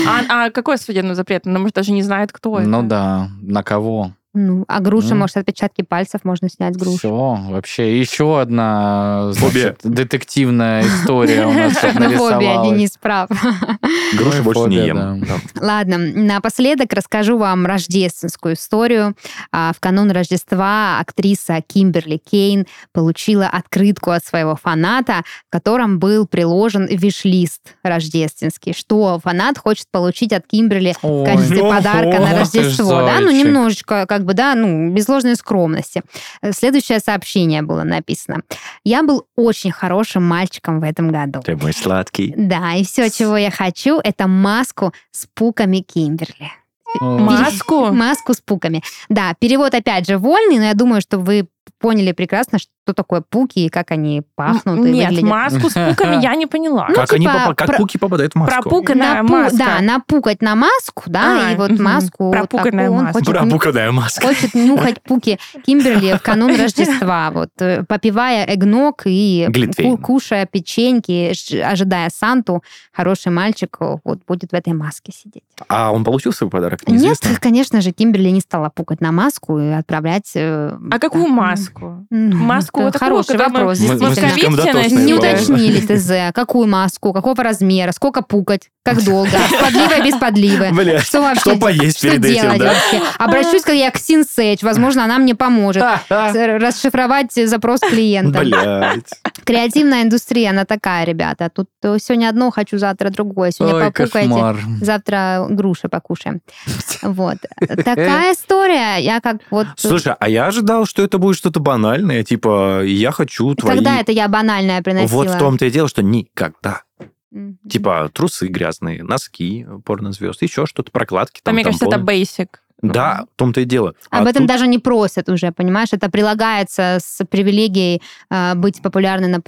[SPEAKER 3] А, а какой судебный запрет? Она, может, даже не знает, кто это.
[SPEAKER 2] Ну да, на кого?
[SPEAKER 1] Ну, а груша,
[SPEAKER 2] М.
[SPEAKER 1] может, отпечатки пальцев можно снять с груши.
[SPEAKER 2] Все, вообще еще одна э,
[SPEAKER 4] Фобия.
[SPEAKER 2] значит, детективная история у нас тут
[SPEAKER 1] Фобия,
[SPEAKER 2] нарисовалась.
[SPEAKER 1] Денис прав.
[SPEAKER 4] Груши
[SPEAKER 2] и
[SPEAKER 4] больше не
[SPEAKER 2] фобия,
[SPEAKER 4] ем. Да.
[SPEAKER 1] Ладно, напоследок расскажу вам рождественскую историю. А, В канун Рождества актриса Кимберли Кейн получила открытку от своего фаната, в котором был приложен виш-лист рождественский, что фанат хочет получить от Кимберли в
[SPEAKER 2] Ой,
[SPEAKER 1] качестве подарка
[SPEAKER 2] ох
[SPEAKER 1] на
[SPEAKER 2] ты ж
[SPEAKER 1] Рождество. Да, ну
[SPEAKER 2] зайчик.
[SPEAKER 1] немножечко, как бы, да, ну, без ложной скромности. Э, Следующее сообщение было написано. Я был очень хорошим мальчиком в этом году.
[SPEAKER 4] Ты мой сладкий.
[SPEAKER 1] Да, и все, чего я хочу, это маску с пуками Кимберли.
[SPEAKER 3] Маску?
[SPEAKER 1] Маску с пуками. Да, перевод опять же вольный, но я думаю, что вы поняли прекрасно, что такое пуки и как они пахнут и
[SPEAKER 3] Нет,
[SPEAKER 1] выглядят.
[SPEAKER 3] маску с пуками я не поняла.
[SPEAKER 1] Ну,
[SPEAKER 4] Как они
[SPEAKER 1] типа,
[SPEAKER 4] попа- как
[SPEAKER 1] про-
[SPEAKER 4] пуки попадают в маску?
[SPEAKER 3] Пропуканная
[SPEAKER 1] Напу-
[SPEAKER 3] маска.
[SPEAKER 1] Да, напукать на маску, да,
[SPEAKER 3] А,
[SPEAKER 1] и вот
[SPEAKER 3] мгм.
[SPEAKER 1] маску
[SPEAKER 3] Пропуканная
[SPEAKER 1] такую он
[SPEAKER 3] маска.
[SPEAKER 1] хочет
[SPEAKER 4] Пропуканная маска.
[SPEAKER 1] хочет нюхать пуки Кимберли в канун Рождества, вот, э, попивая эгнок и
[SPEAKER 4] Глинтвейн.
[SPEAKER 1] ку- кушая печеньки, ж- ожидая Санту, хороший мальчик э, вот будет в этой маске сидеть.
[SPEAKER 4] А он получил свой подарок?
[SPEAKER 1] Нет,
[SPEAKER 4] Неизвестно.
[SPEAKER 1] конечно же, Кимберли не стала пукать на маску и отправлять... э,
[SPEAKER 3] А какую
[SPEAKER 1] так, ну,
[SPEAKER 3] маску?
[SPEAKER 1] ну,
[SPEAKER 3] Маску
[SPEAKER 1] это
[SPEAKER 3] вот такую,
[SPEAKER 1] Хороший
[SPEAKER 3] которую
[SPEAKER 1] вопрос,
[SPEAKER 4] мы- мы
[SPEAKER 1] действительно.
[SPEAKER 4] слишком дотошные
[SPEAKER 3] Маску
[SPEAKER 1] Не
[SPEAKER 4] бываем.
[SPEAKER 1] уточнили ТЗ, какую маску, какого размера, сколько пукать, как долго, с подливой, без подливы.
[SPEAKER 4] Блядь,
[SPEAKER 1] Что вообще
[SPEAKER 4] что поесть
[SPEAKER 1] что
[SPEAKER 4] перед этим,
[SPEAKER 1] делать
[SPEAKER 4] да?
[SPEAKER 1] вообще? Обращусь к я к Синсэч, возможно, она мне поможет
[SPEAKER 2] Ха-ха.
[SPEAKER 1] с- расшифровать запрос клиента.
[SPEAKER 4] Блядь.
[SPEAKER 1] Креативная индустрия, она такая, ребята. Тут э, сегодня одно хочу, завтра другое. Сегодня
[SPEAKER 2] Ой,
[SPEAKER 1] попукайте,
[SPEAKER 2] кошмар.
[SPEAKER 1] завтра груши покушаем. Вот. Такая история. Я как вот...
[SPEAKER 4] Слушай, а я ожидал, что это будет что-то банальное, типа я хочу твои.
[SPEAKER 1] Ну, Когда это я банальное приносила?
[SPEAKER 4] Вот в том-то и дело, что никогда.
[SPEAKER 1] Мгм.
[SPEAKER 4] Типа трусы грязные, носки порнозвезд, еще что-то,
[SPEAKER 3] Там,
[SPEAKER 4] прокладки. Там,
[SPEAKER 3] А мне
[SPEAKER 4] там
[SPEAKER 3] кажется, это бейсик.
[SPEAKER 4] Да, в том-то и дело.
[SPEAKER 1] Об
[SPEAKER 4] А
[SPEAKER 1] этом
[SPEAKER 4] тут-
[SPEAKER 1] даже не просят уже, понимаешь? Это прилагается с привилегией э, быть популярной на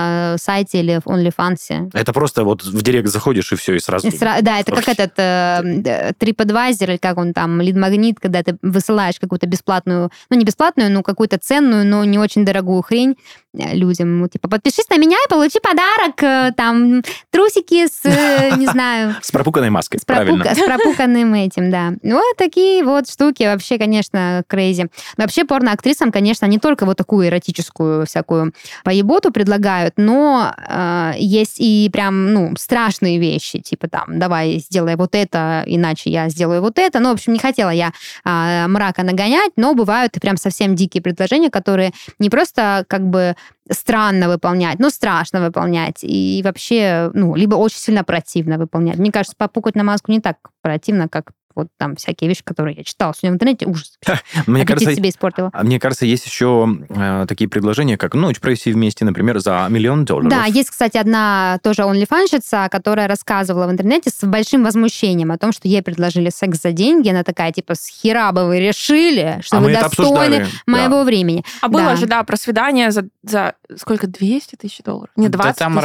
[SPEAKER 1] порно-сайте или в OnlyFans.
[SPEAKER 4] Это просто вот в директ заходишь и все, и сразу...
[SPEAKER 1] И сра- Да, это как
[SPEAKER 4] Вообще.
[SPEAKER 1] этот э, э, TripAdvisor, или как он там, лид-магнит, когда ты высылаешь какую-то бесплатную, ну не бесплатную, но какую-то ценную, но не очень дорогую хрень э, людям. Ну, типа, подпишись на меня и получи подарок, э, там, трусики с, э, не знаю,
[SPEAKER 4] С пропуканной маской,
[SPEAKER 1] с, пропука-
[SPEAKER 4] правильно.
[SPEAKER 1] с пропуканным этим, да. Вот такие вот штуки вообще, конечно, крейзи. Вообще порноактрисам, конечно, не только вот такую эротическую всякую поеботу предлагают, но э, есть и прям, ну, страшные вещи, типа там, давай сделай вот это, иначе я сделаю вот это. Ну, в общем, не хотела я а, мрака нагонять, но бывают и прям совсем дикие предложения, которые не просто как бы странно выполнять, но страшно выполнять. И вообще, ну, либо очень сильно противно выполнять. Мне кажется, попукать на маску не так противно, как вот там всякие вещи, которые я читала сегодня в интернете. Ужас.
[SPEAKER 4] Мне
[SPEAKER 1] Аппетит
[SPEAKER 4] кажется,
[SPEAKER 1] себе испортила.
[SPEAKER 4] а мне кажется, есть еще э, такие предложения, как ночь провести вместе, например, за миллион долларов.
[SPEAKER 1] Да, есть, кстати, одна тоже онлифанщица, которая рассказывала в интернете с большим возмущением о том, что ей предложили секс за деньги. Она такая, типа, с хера бы вы решили, что
[SPEAKER 4] а
[SPEAKER 1] вы
[SPEAKER 4] мы это
[SPEAKER 1] достойны
[SPEAKER 4] обсуждали.
[SPEAKER 1] моего времени.
[SPEAKER 3] А было
[SPEAKER 1] Да.
[SPEAKER 3] же, да, про свидание за, за сколько, 200 тысяч долларов? Не, 20
[SPEAKER 2] Да там
[SPEAKER 3] тысяч.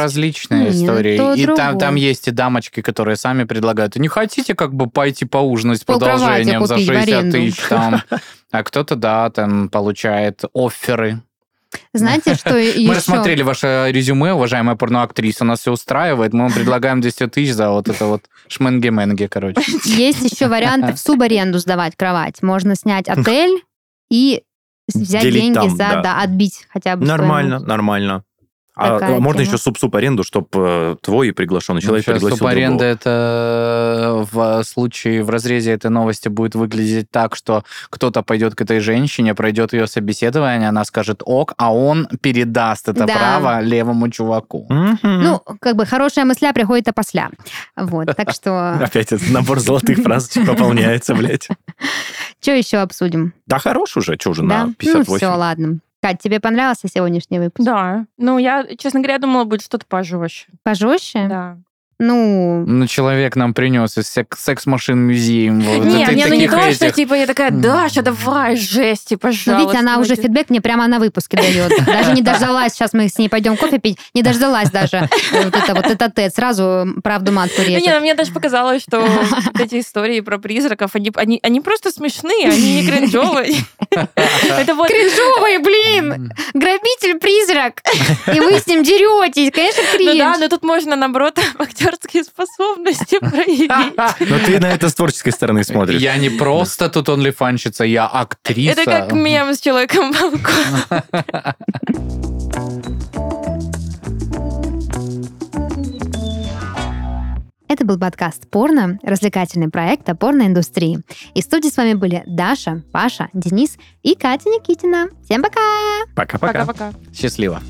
[SPEAKER 1] Нет,
[SPEAKER 2] различные
[SPEAKER 1] то
[SPEAKER 2] истории. И там,
[SPEAKER 1] другое.
[SPEAKER 2] там есть и дамочки, которые сами предлагают. Не хотите как бы пойти поужинать с
[SPEAKER 1] Полкровати
[SPEAKER 2] продолжением за
[SPEAKER 1] купить в
[SPEAKER 2] 60
[SPEAKER 1] аренду.
[SPEAKER 2] тысяч там? А кто-то, да, там получает офферы.
[SPEAKER 1] Знаете, что еще?
[SPEAKER 2] Мы рассмотрели ваше резюме, уважаемая порноактриса, нас все устраивает. Мы вам предлагаем 200 тысяч за вот это вот шменги-менги, короче.
[SPEAKER 1] Есть еще варианты в субаренду сдавать кровать. Можно снять отель и взять
[SPEAKER 4] Делить
[SPEAKER 1] деньги
[SPEAKER 4] там,
[SPEAKER 1] за,
[SPEAKER 4] да.
[SPEAKER 1] да. отбить хотя бы.
[SPEAKER 4] Нормально,
[SPEAKER 1] стоимость.
[SPEAKER 4] нормально. А
[SPEAKER 1] Такая
[SPEAKER 4] можно
[SPEAKER 1] тема.
[SPEAKER 4] еще суп-суп аренду, чтобы твой приглашенный человек
[SPEAKER 2] Ну, Сейчас
[SPEAKER 4] пригласил
[SPEAKER 2] субаренда
[SPEAKER 4] другого.
[SPEAKER 2] это э, в случае, в разрезе этой новости будет выглядеть так, что кто-то пойдет к этой женщине, пройдет ее собеседование, она скажет ок, а он передаст это
[SPEAKER 1] Да.
[SPEAKER 2] право левому чуваку.
[SPEAKER 4] Мгм.
[SPEAKER 1] Ну, как бы хорошая мысля приходит опосля. Вот, так что,
[SPEAKER 4] Опять этот набор золотых фразочек пополняется, блядь.
[SPEAKER 1] что еще обсудим?
[SPEAKER 4] Да хорош уже, что же
[SPEAKER 1] Да?
[SPEAKER 4] на
[SPEAKER 1] Ну, все,
[SPEAKER 4] 58.
[SPEAKER 1] ладно. Кать, тебе понравился сегодняшний выпуск?
[SPEAKER 3] Да. Ну, я, честно говоря, думала, будет что-то пожестче.
[SPEAKER 1] Э. Пожестче?
[SPEAKER 3] Да.
[SPEAKER 1] Ну,
[SPEAKER 2] Ну, человек нам принес из сек- секс-машин музеем. Вот
[SPEAKER 3] Не,
[SPEAKER 2] это
[SPEAKER 3] не, ну не
[SPEAKER 2] таких
[SPEAKER 3] то, что
[SPEAKER 2] этих.
[SPEAKER 3] типа я такая,
[SPEAKER 2] М.
[SPEAKER 3] Даша, давай, жесть, типа,
[SPEAKER 1] ну,
[SPEAKER 3] пожалуйста.
[SPEAKER 1] видите, она уже фидбэк мне прямо на выпуске дает. Даже не дождалась, сейчас мы с ней пойдем кофе пить, не дождалась даже э, вот это вот это тет сразу правду матку
[SPEAKER 3] Ну, не,
[SPEAKER 1] режет.
[SPEAKER 3] ну, мне даже показалось, что вот эти истории про призраков, они, они, они просто смешные, они не кринжовые. Это вот... ну
[SPEAKER 1] Кринжовый, блин! Грабитель призрак! И вы с ним деретесь, конечно,
[SPEAKER 3] Ну да,
[SPEAKER 1] кринж.
[SPEAKER 3] но тут можно, наоборот, актерские способности проявить.
[SPEAKER 4] Но Ну, ты на это с творческой стороны смотришь.
[SPEAKER 2] Я не просто тут онлифанщица, я актриса.
[SPEAKER 3] Это как мем с Человеком-пауком.
[SPEAKER 1] Это был подкаст «Порно», развлекательный проект о порноиндустрии. И в студии с вами были Даша, Паша, Денис и Катя Никитина. Всем пока!
[SPEAKER 4] Пока-пока.
[SPEAKER 3] Пока-пока.
[SPEAKER 2] Счастливо.